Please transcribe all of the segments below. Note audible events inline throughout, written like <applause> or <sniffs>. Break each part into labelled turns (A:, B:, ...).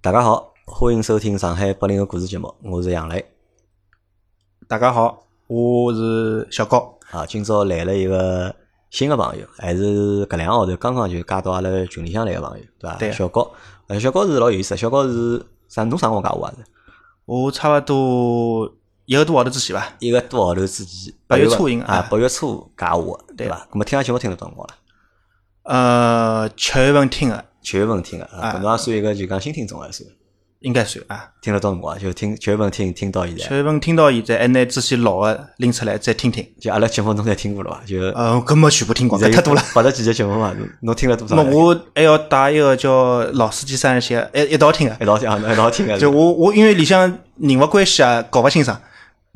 A: 大家好，欢迎收听上海八零后故事节目，我是杨磊。
B: 大家好，我是小高。
A: 啊，今朝来了一个新的朋友，还是搿两个号头刚刚就加到阿拉群里向来个朋友，对伐？
B: 对啊
A: 小高，呃，小高是老有意思，小高是啥？侬啥辰光加我啊？
B: 我差不多一个多号头之前吧，
A: 一个多号头之前，
B: 八月
A: 份
B: 初应该
A: 啊，八月初加我，对
B: 对
A: 伐？咁么听下节目听了多辰光了？
B: 呃，七月份听的，
A: 七月份听个，啊，
B: 啊
A: 搿侬也算一个就讲新听众了，算
B: 应该算啊。
A: 听了多辰光，就听七月份听听到现
B: 七
A: 在，
B: 月份听到现在，还拿之前老的拎出来再听听。
A: 就阿拉节目侬侪听过了伐？就
B: 呃，我根本全部听光，
A: 现在
B: 搿
A: 有
B: 太多了。
A: 八十几集节目嘛，侬侬听了多少
B: 那
A: 了？
B: 我还要带一个叫《老司机三人行》一一道听的
A: 一。道听啊，一道听个。
B: 就我我因为里向人物关系啊搞勿清爽，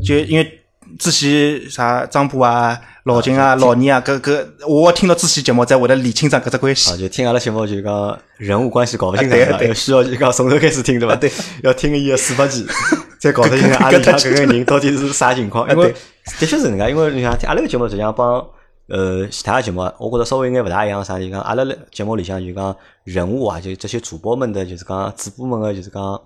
B: 就因为之前啥张波啊、老金啊、老倪啊，搿搿我听到之前节目才会得理清爽搿只关系
A: 啊，。就听阿拉节目就讲人物关系搞勿清楚
B: 啊对
A: 对吧，
B: 对
A: 要需要就讲从头开始听对
B: <laughs>
A: 伐？对，要听伊个四百集，再搞得清楚阿里向搿个人到底是啥情况。因为
B: 对
A: 的确是搿能介，因为你想听阿拉个节目实际上帮呃其他个节目啊，我觉着稍微有眼勿大一样，啥就讲阿拉个节目里向就讲人物啊，就这些主播们的，就是讲呃主播们的，就是讲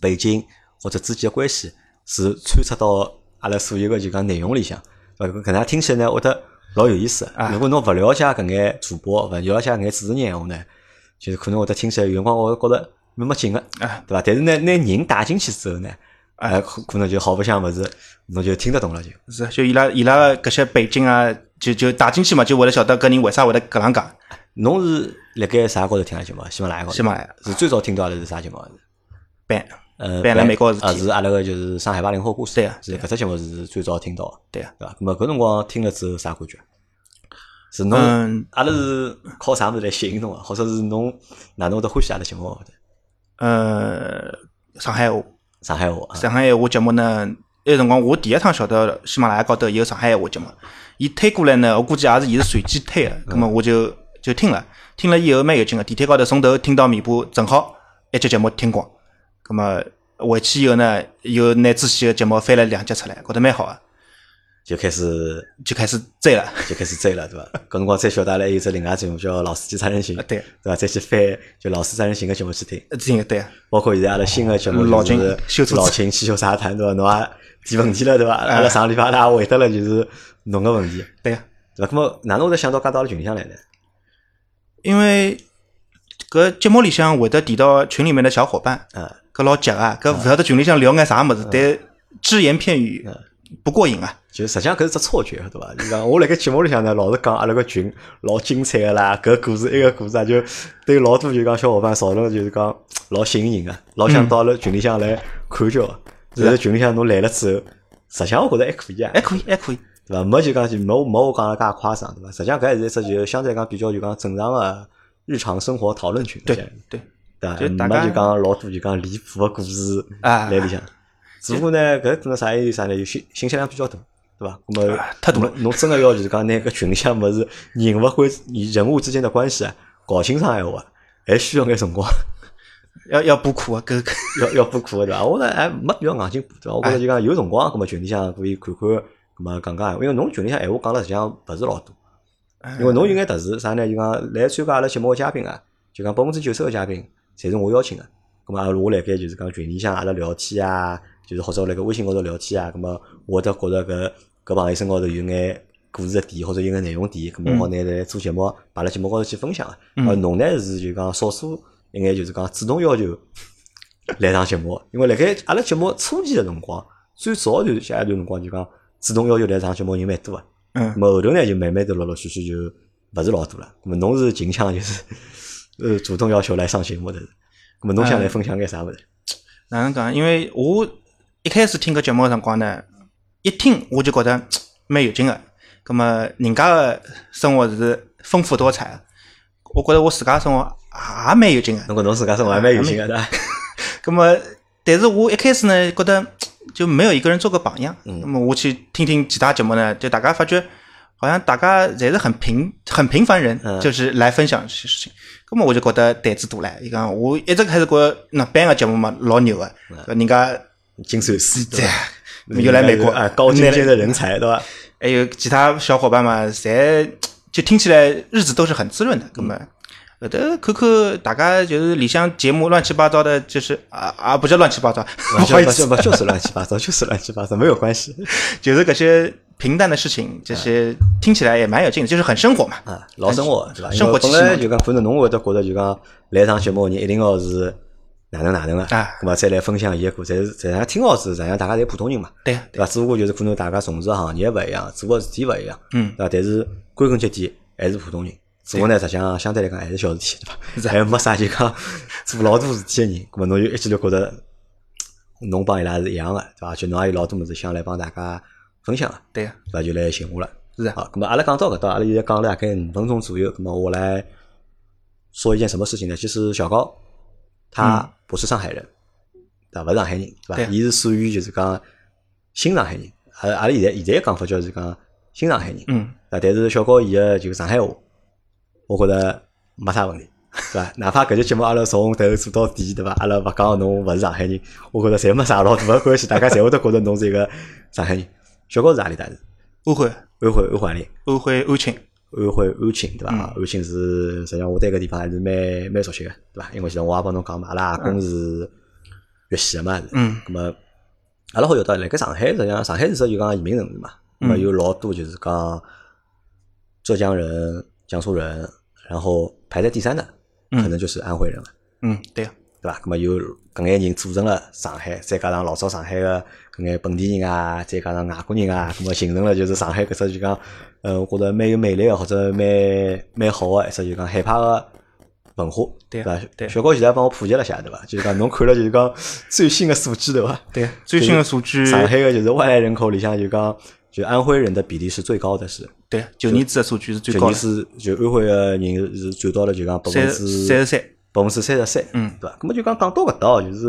A: 背景或者之间的关系是穿插到阿拉所有个就讲内容里向，对伐？搿能介听起来呢，会得老有意思。啊如果侬勿了解搿眼主播，勿了解搿眼主持人闲话呢，就是可能会得听起来有辰光我觉着蛮没劲个，
B: 啊
A: 对伐？但是呢，拿人带进去之后呢，哎，可可能就好白相物事，侬就听得懂了就。
B: 是，就伊拉伊拉搿些背景啊，就就带进去嘛，就为了晓得搿人为啥会得搿能讲。
A: 侬是辣盖啥高头听的节目？啊喜马拉雅高头。
B: 喜马拉雅
A: 是最早听到的是啥节目啊？
B: 办，
A: 呃，
B: 办了美国的事
A: 啊，
B: 体
A: 是阿拉个就是上海八零后故事，
B: 对啊
A: 是搿只节目是最早听到的，
B: 对啊，
A: 对伐？那么搿辰光听了之后啥感觉？是侬
B: 嗯
A: 阿拉是靠啥物事来吸引侬啊？或者是侬哪能会得欢喜阿拉节目啊？
B: 呃，上海话，
A: 上海话啊，
B: 上海话节目呢，那辰光我第一趟晓得喜马拉雅高头有上海话节目，伊推过来呢，我估计也是伊是随机推的，那么我就就听了，听了以后蛮有劲个，地铁高头从头听到尾巴，正好一集节目听光，那么回去以后呢，又拿之前个节目翻了两集出来，觉得蛮好个，
A: 就开始
B: 就开始追了，
A: 就开始追了，对伐？搿辰光再晓得阿拉有只另外节目叫《老司机三人行》，
B: 啊对 <laughs>
A: 对伐？再去翻就《老司机三人行》个节目去听，
B: 真个对啊。
A: 包括现在阿拉新个节目
B: 老
A: 就
B: 秦
A: 是
B: 修车子
A: 老秦去修啥谈对伐？侬也提问题了对伐？
B: 哎
A: 阿拉上个礼拜阿拉也回答了就是侬个问题。
B: 对呀，
A: 对伐？那么哪能会得想到加到阿拉群里向来呢？
B: 因为搿节目里向会得提到群里面的小伙伴，
A: 啊，
B: 搿老急啊，搿勿晓得群里向聊眼啥
A: 嗯
B: 物事，但只言片语不过瘾啊。
A: 就实际上搿是只错觉，对伐？就讲我辣盖节目里向呢，老是讲阿拉个群老精彩个啦，搿故事埃个故事啊，就对老多就讲小伙伴讨论，就是讲老吸引人个，老想到阿拉群里向来看叫个。
B: 嗯
A: 但是群里向侬来了之后，实际上我觉着还可以啊
B: 还，可以，还可以，
A: 对伐？没就讲就没我没我讲个介夸张，对伐？实际上搿还是一只就相对来讲比较就讲正常个日常生活讨论群，
B: 对
A: 对
B: 对，
A: 伐？
B: 就大
A: 没
B: 家
A: 就讲老多就讲离谱个故事
B: 啊
A: 来里向。只不过呢，搿可能啥意思啥呢？有信信息量比较大，对伐？那么
B: 啊太大了
A: 侬侬真个要就是讲拿搿群里向物事人物关人物之间的关系啊，搞清爽闲话，还需要眼辰光， <laughs>
B: 要要补课啊，搿搿
A: 要要补课个对伐？我呢还没必要硬劲补，对伐？我觉
B: 哎
A: 着就讲有辰光，搿么群里向可以看看，搿么讲讲闲话，因为侬群里向闲话讲了实际上勿是老多，因为侬有眼特殊啥呢？就讲来参加阿拉节目个嘉宾啊，就讲百分之九十个嘉宾侪是我邀请个。咁啊，我辣盖就是讲群里向阿拉聊天啊，就是或者辣盖微信高头聊天啊，咁么我得觉着搿搿朋友身高头有眼故事个点，或者有眼内容点，咁么好拿来做节目，摆辣节目高头去分享啊。而侬呢是就讲少数一眼就是讲主动要求来上节目的，因为辣盖阿拉节目初期个辰光，最早就下一段辰光就讲主动要求来上节目人蛮多啊个。
B: 嗯
A: 咁，么后头呢就慢慢的陆陆续续就勿是老多了。咁么侬是近腔就是呃主动要求来上节目的，咁么侬
B: 嗯
A: 想来分享眼啥物事？
B: 哪能讲？啊因为我一开始听搿节目个辰光呢，一听我就觉得蛮有劲个。葛么人家个生活是丰富多彩的，我觉得我自家生活也蛮有劲个。
A: 侬讲侬自家生活还蛮有劲
B: 啊
A: 个对伐？
B: 那么，但是我一开始呢，觉得就没有一个人做个榜样。那么我去听听其他节目呢，就大家发觉好像大家侪是很平很平凡人，
A: 嗯
B: 就是来分享这些事情。那么我就觉得胆子大了，伊讲我一直开始觉得那班个节目嘛老牛个，人家
A: 金算师对伐？
B: 又来美国
A: 啊，高精尖的人才对伐？
B: 还嗯有其他小伙伴嘛，侪就听起来日子都是很滋润的。那么搿搭 QQ 大家就是里向节目乱七八糟的，就是啊啊不叫乱七八糟， <laughs> 不好意 <laughs> 思，
A: 不就是乱七八糟，就是乱七八糟，没有关系，
B: 就是搿些平淡的事情，
A: 嗯
B: 这些听起来也蛮有劲的，就是很生活嘛。
A: 啊，老生活对伐？
B: 生活
A: 因为
B: 气息
A: 本来
B: 嘛
A: 就讲，反正侬会得觉着就讲来上节目，人一定要是哪能哪能个，
B: 啊
A: 咁么再来分享伊个故事，侪是实际上听好是实际上大家侪普通人嘛，
B: 对啊，
A: 对伐？只不过就是可能大家从事个行业勿一样，做个事体勿一样，
B: 嗯，
A: 对伐？但是归根结底还是普通人。只不过呢，实际上相对来讲还是小事体，对
B: <laughs> 是啊
A: 伐？还没啥就讲做老多事体个人，咁么侬就一记就觉着侬帮伊拉是一样个，对伐？就侬也有老多物事想来帮大家分享个，
B: 对啊，
A: 对伐？就来寻我了。
B: 是啊，
A: 好，那么阿拉讲到搿搭，阿拉现在讲了大概五分钟左右。那啊么我来说一件什么事情呢？就是小高，他不是上海人，对伐？勿是上海人，对
B: 嗯对
A: 伐？伊是属于就是讲新上海人。阿拉阿拉现在现在讲法叫是讲新上海人，对
B: 嗯，
A: 伐？但是小高伊个就是上海话，我觉着没啥问题，对
B: <laughs>
A: 伐？哪怕搿节节目阿拉从头做到底，对伐？阿拉勿讲侬勿是上海人，我觉着侪没啥老大个关系，大家侪会得觉着侬是一个上海人。小高是阿里搭人？
B: 安徽
A: 安徽安徽阿里？
B: 安徽安庆，
A: 安徽安庆
B: 嗯
A: 对伐？安庆是实际上我对搿地方还是蛮蛮熟悉个，对伐？因为其实我也帮侬讲嘛，阿拉阿公是粤西个嘛，是
B: 嗯
A: 咁么阿拉好晓得，辣盖上海实际上上海是说就讲移民城市嘛，咁么
B: 嗯
A: 有老多就是讲浙江人、江苏人，然后排在第三的
B: 嗯
A: 可能就是安徽人了。
B: 嗯，对啊，
A: 对伐？咁么有搿眼人组成了上海，再加上老早上海个搿眼本地人啊，再加上外国人啊，咁么形成了就是上海搿只就讲，呃，我觉着蛮有魅力个或者蛮蛮好个一只就讲海派个文化，
B: 对啊
A: 伐？
B: 对
A: 小高现在帮我普及了一下，对伐？就是讲侬看了就是讲 <laughs> 最新个数据，对伐？
B: 对啊，最新的数据，
A: 上海个就是外来人口里向就讲，就安徽人的比例是最高的是，
B: 对啊，九年制的数据是最
A: 就
B: 高
A: 你
B: 的，
A: 是就安徽个人是占到了就讲百分
B: 三
A: 之
B: 三十三，
A: 百分之三十三，
B: 嗯
A: 对伐？咁么啊就讲讲到搿搭哦，就是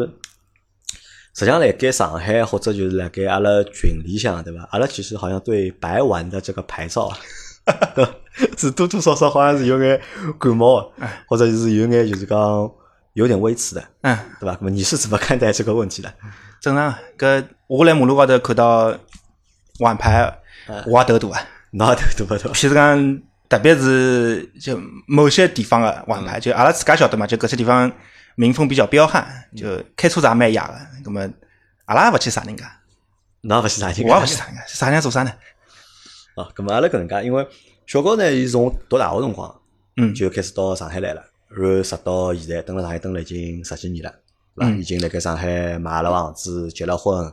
A: 实际上辣盖上海或者就是辣盖阿拉群里向，对伐？阿拉其实好像对白玩的这个牌照啊， <laughs> 对伐是多多少少好像是有眼感冒的，
B: 哎
A: 或者是有眼就是讲有点微词的，
B: 嗯，
A: 对伐？咁么啊你是怎么看待这个问题的？
B: 正常啊。搿我来马路高头看到玩牌，
A: 嗯
B: 我也头大啊。
A: 哪头对伐？对伐？
B: 譬如讲，特别是就某些地方的王
A: 嗯
B: 牌，就阿拉自家晓得嘛，就搿些地方民风比较彪悍，就开车子也蛮野个。葛么，阿拉也勿去杀人家，
A: 哪勿是啥
B: 我
A: 情？
B: 也勿去
A: <laughs>
B: 杀人家，杀人家做啥呢？
A: 啊，咁么阿拉搿能介，因为小高呢，伊从读大学辰光
B: 嗯，
A: 就开始到上海来了，然后直到现在，蹲辣上海蹲了已经十几年了，对伐？
B: 嗯
A: 已经辣盖上海买了房子，结了婚，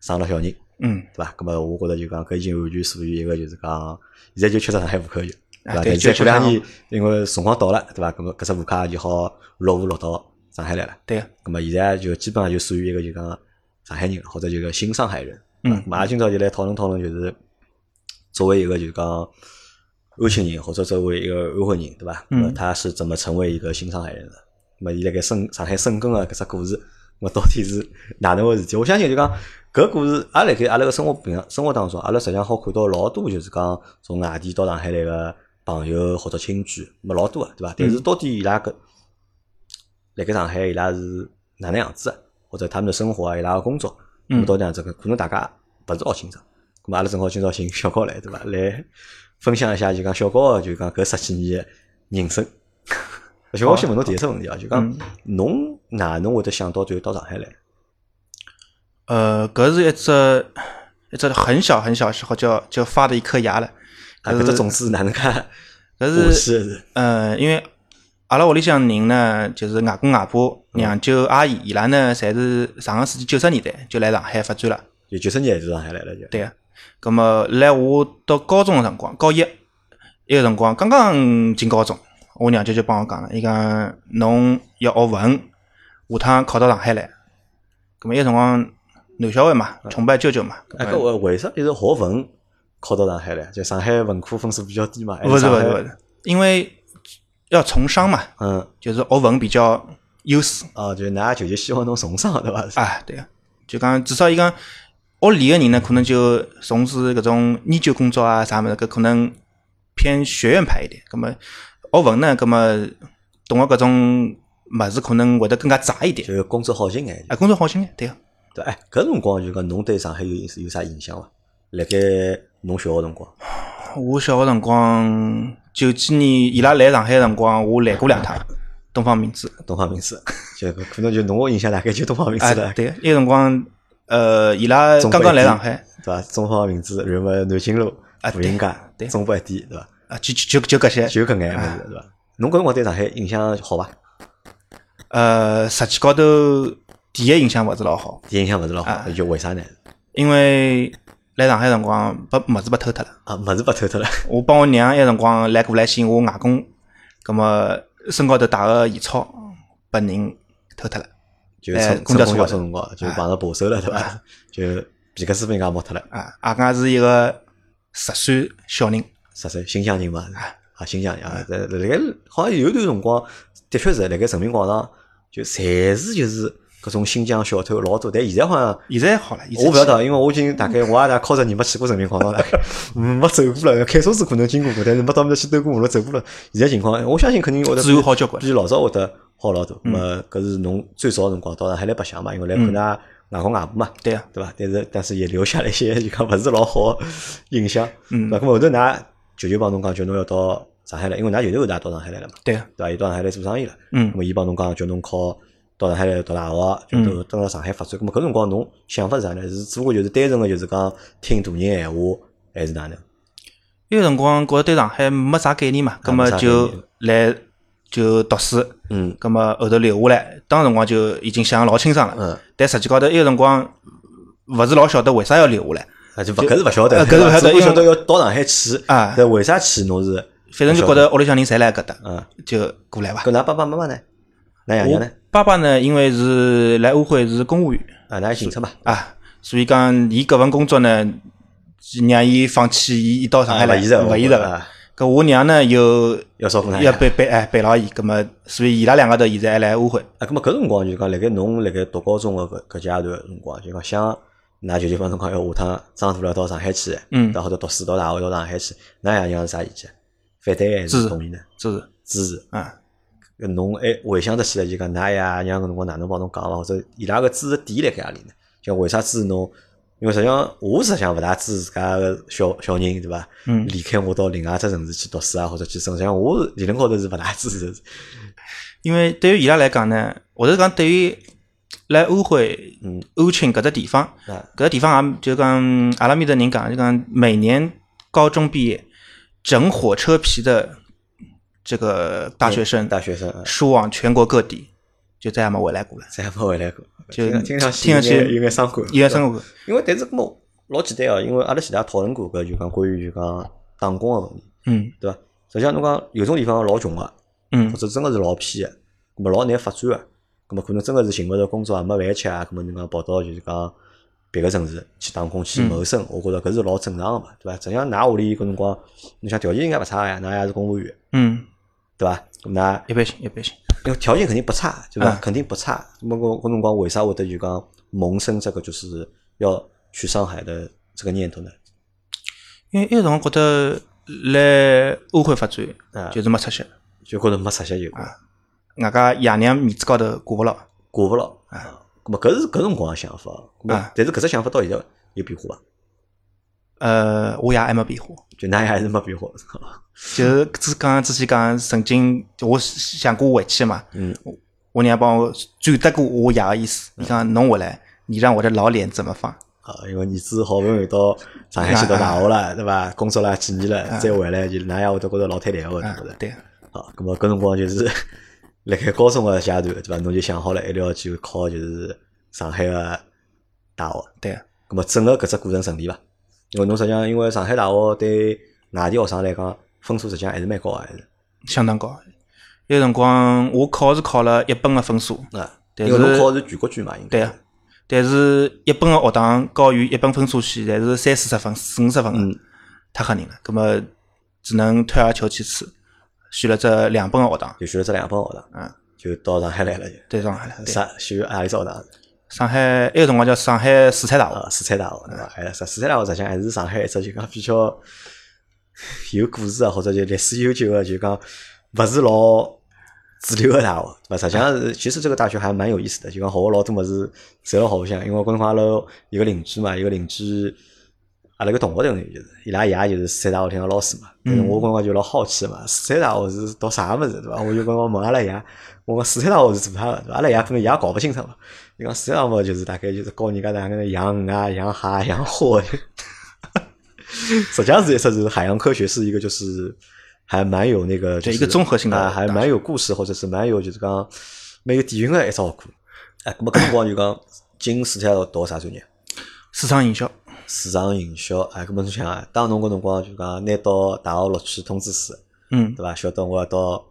A: 生了小人，对
B: 嗯，
A: 伐？咁么我觉着就讲搿已经完全属于一个就是讲，现在就缺少上海户口就，对
B: 啊
A: 伐？
B: 对
A: 但是
B: 就
A: 过
B: 缺少
A: 两年因为辰光到了，对伐？咁么搿只户口就好落户落到上海来了。
B: 对个，
A: 咁么现在就基本上就属于一个就讲上海人了或者就个新上海人。
B: 嗯
A: 咁啊，今朝就来讨论讨论，就是作为一个就讲安庆人或者作为一个安徽人，对吧？
B: 嗯
A: 那么他是怎么成为一个新上海人的？那么伊辣盖深上海深耕的搿只故事，那么到底是哪能回事体？我相信就讲搿故事，也辣盖阿拉个生活平常生活当中，阿拉实际上好看到老多就是讲从外地到上海来个朋友或者亲眷，没老多个，对吧？但
B: 嗯
A: 是到底伊拉搿辣盖上海伊拉是哪能样子的，或者他们的生活啊，伊拉个工作，
B: 嗯
A: 那么到底哪样子个，可能大家勿是老清爽。咁嘛阿拉正好今朝寻小高来，对伐？来分享一下就讲小高个就讲搿十几年个人
B: <laughs>
A: 生。小高先问侬第一只问题啊，就讲
B: 哦嗯
A: 侬哪能会得想到最后到上海来？
B: 呃，搿是一只一只很小很小的时候就就发的一颗芽了，
A: 啊，
B: 搿
A: 搿
B: 是
A: 只种子哪能介下
B: 搿是。
A: 去是？
B: 呃，因为阿拉屋里向人呢，就是外公外婆、娘舅、阿姨，伊拉呢，侪是上个世纪九十年代就来上海发展了。
A: 就九十年代就上海来了就。
B: 对个，葛么来我到高中个辰光，高一一个辰光，刚刚进高中，我娘舅就帮我讲了，伊讲侬要学文，下趟考到上海来。葛么一个辰光，男小孩嘛，崇拜舅舅嘛，
A: 啊，搿为为啥一直学文考到上海来？就上海文科分数比较低嘛？还
B: 勿是
A: 上
B: 勿
A: 海
B: 是勿是，因为要从商嘛，
A: 嗯
B: 就是学文比较优势。
A: 啊，就㑚舅舅希望侬从商对伐？
B: 啊，对个，就讲至少伊讲学理个人呢，可能就从事搿种研究工作啊啥物事，搿可能偏学院派一点。葛么学文呢，葛么懂个搿种物事，可能会得更加杂一点。
A: 就工作好哎寻眼。
B: 啊，工作好心眼，对个。
A: 对，哎，搿辰光就讲侬对上海有有啥印象伐？辣盖侬小学辰光，
B: 我小个辰光，九几年伊拉来上海个辰光，我来过两趟东方明珠。
A: 东方明珠，就可能就侬个印象大概就东方明珠
B: 啊
A: 了，，
B: 对，那个辰光，呃，伊拉
A: 中
B: 刚
A: 国
B: 刚
A: 一
B: 来
A: 地
B: 上海
A: 对伐？东方明珠，然后么南京路
B: 啊、
A: 步行街、
B: 对对
A: 中国一店，对伐？
B: 啊，就就就就搿些，
A: 就搿眼物事，对伐？侬搿辰光对上海印象好伐？
B: 呃，实际高头第一印象勿是老好，
A: 第一印象勿是老好，
B: 啊
A: 就为啥呢？
B: 因为来上海辰光把物事被偷脱了。
A: 啊，物事被偷脱了，
B: 我帮我娘埃辰光来过来寻我外公，葛么身高头带个遗钞被人偷脱了。
A: 就
B: 哎啊
A: 乘
B: 公交车
A: 乘公交
B: 高头
A: 车辰光就碰着扒手了，对伐？就皮克斯被人家摸脱了，
B: 啊，阿家是一个十岁小人，
A: 十岁新疆人嘛，啊，新疆人啊，在辣盖好像有段辰光，的确是辣盖人民广场，就侪是就是各种新疆小偷老多，但现在好像。
B: 现在好了。现在
A: 我勿晓得，因为我已经大概我也大靠着你没去过人民广场， <laughs> 大概没走过了。开车子可能经过过，但是没到面去兜过马路走过了。现在情况，我相信肯定会得
B: 治安好交关
A: 比老早会得好老多。那么搿是侬最早的辰光到上海来白相嘛，因为来看㑚外公外婆嘛，
B: 对啊，
A: 对伐？但是但是也留下了一些就讲勿是老好的印象。嗯，那么后头㑚舅舅帮侬讲，叫侬要到上海来，因为㑚舅舅后头也到上海来了嘛，
B: 对啊，
A: 对伐？伊到上海来做生意了。
B: 嗯
A: 那么伊帮侬讲，叫侬考到上海来读大学，啊叫侬到了上海发展。那么搿辰光侬想法是啥呢？是只不过就是单纯个就是讲听大人闲话，还是哪能？
B: 那个辰光觉着对上海没啥概念嘛，葛么
A: 啊没啥概念
B: 就来就读书，
A: 嗯
B: 葛么后头留下来，当时辰光就已经想得老清爽了。
A: 嗯，
B: 但实际高头那个辰光勿是老晓得为啥要留下来，
A: 啊就勿搿是勿晓得，
B: 呃搿是勿晓得
A: 只不过
B: 因为
A: 晓得要到上海去
B: 啊
A: 但为啥去侬是？
B: 反正就觉着屋里向人侪来搿搭，
A: 嗯，
B: 就过来伐。
A: 搿㑚爸爸妈妈呢？㑚爷娘呢？
B: 爸爸呢，因为是来安徽是公务员
A: 啊，㑚是警察嘛？
B: 啊，所以讲伊搿份工作呢，让伊放弃，伊伊到上海来，
A: 勿
B: 嗯
A: 现实，
B: 勿现实
A: 啊
B: 了。搿我娘呢又
A: 要照顾㑚爷
B: 要陪陪哎陪牢伊，葛么所以伊拉两个头现在还来安徽。
A: 啊，咁么搿辰光就是讲，辣盖侬辣盖读高中个搿搿阶段个辰光，就讲想，㑚舅舅帮侬讲要下趟长大了到上海去，
B: 嗯
A: 然后到读书到大学到上海去，㑚爷娘是啥意见？反对还
B: 支
A: 是
B: 持
A: 同意呢？
B: 就是
A: 支持。
B: 啊，
A: 搿侬还回想得起来，就讲㑚爷娘搿辰光哪能帮侬讲伐？或者伊拉个支持点辣盖何里呢？就为啥支持侬？因为实际上，我实际上勿大支持自家个小小人，对伐？
B: 嗯
A: 离开我到另外一只城市去读书啊，或者去生活。实际上，我理论高头是勿大支持的。
B: 因为对于伊拉来讲呢，或者讲对于来安徽
A: 嗯
B: 安庆搿只地方，
A: 啊，
B: 搿地方也就讲阿拉面的人讲，就讲每年高中毕业整火车皮的这个大学生，
A: 大学生啊
B: 输往全国各地，就再也没回来过了。
A: 再也没回来过，
B: 就
A: 听听上去
B: 听上去
A: 有眼有眼伤感。
B: 伊个生活，
A: 因为但是搿么老简单哦，因为阿拉前头也讨论过搿就讲关于就讲打工个问题，
B: 嗯
A: 对伐？实际上侬讲有种地方老穷个，
B: 嗯
A: 或，者真个是老偏个，搿么老难发展个，搿么可能真个是寻勿着工作啊，没饭吃啊，搿么侬讲跑到就是讲别个城市去打工去谋生，我觉着搿是老正常个嘛，对伐？实际上㑚屋里搿辰光，侬想条件应该勿差呀，㑚也是公务员，
B: 嗯，
A: 对伐？搿么㑚
B: 一般性，一般性。
A: 因为条件肯定不差，对吧？
B: 嗯
A: 肯定不差。那么我搿辰光为啥会得就讲萌生这个就是要去上海的这个念头呢？
B: 因为埃个辰光觉得来安徽发展
A: 啊
B: 就是没出息，
A: 就觉着没出息就过
B: 外加爷娘面子高头过不牢。
A: 过不了。啊，那么搿是搿辰光的想法。咾么
B: 啊
A: 但是搿只想法到现在有变化伐？
B: 呃，我爷还没变化，
A: 就㑚也还是没变化。
B: 就是只刚刚之前讲，曾经我想过回去嘛，
A: 嗯，
B: 我娘帮我转达过我爷个意思，伊讲侬回来，你让我的老脸怎么放？
A: <laughs> 啊，因为儿子好不容易到上海去读大学了，对吧？工作了几年了，再回来就㑚也会得觉着老太难个，对
B: 啊
A: 不对？，
B: 对，
A: 好，那啊么搿辰光就是 <laughs> 辣盖高中个阶段，对伐？侬就想好了，一定要去考就是上海个大学。
B: 对，
A: 咁么啊整个搿只过程顺利伐？因为侬实际上，因为上海大学对外地学生来讲，分数实际上还是蛮高个，还是
B: 相当高。那辰光我考是考了一本个分数，
A: 啊。
B: 但
A: 因为侬
B: 是
A: 考的是全国卷嘛，应该
B: 对啊，但是一本个学堂高于一本分数线，侪是三四十分、四五十分
A: 嗯
B: 个，太吓人了。葛么只能退而求其次，选了这两本个学堂，
A: 就选了只两本学堂，
B: 啊，
A: 就到上海来了就。
B: 对上海了。对
A: 啥选阿里只学堂
B: 上海那个辰光叫上海水产大学，
A: 啊？四川大学对伐？还是四川大学实际上还是上海一只就讲比较有故事啊，或者就历史悠久个，就讲勿是老主流个大学，对伐？实际上是，其实这个大学还蛮有意思的，就讲学了老多物事，侪辣学里向。因为我跟阿拉有个邻居嘛，有个邻居阿拉个同学等于就是，伊拉爷就是四川大学里向老师嘛。但是我辰光就老好奇嘛，四川大学是读啥物事对伐？我就辰光问阿拉爷，我讲四川大学是做啥个？对伐阿拉爷可能也搞勿清楚嘛。伊讲四川大学就是大概就是教人家哪能养鱼啊、养虾、养花。实际上是一说是海洋科学是一个就是还蛮有那个、就是，
B: 对一个综合性的
A: 啊，还蛮有故事或者是蛮有就是讲蛮有底蕴的一只学科。哎，那么搿辰光就讲进四川大学读啥专业？
B: 市场营销。
A: 市场营销，哎，搿么侬想啊，当侬搿辰光就讲拿到大学录取通知书，
B: 嗯
A: 对伐？晓得我要到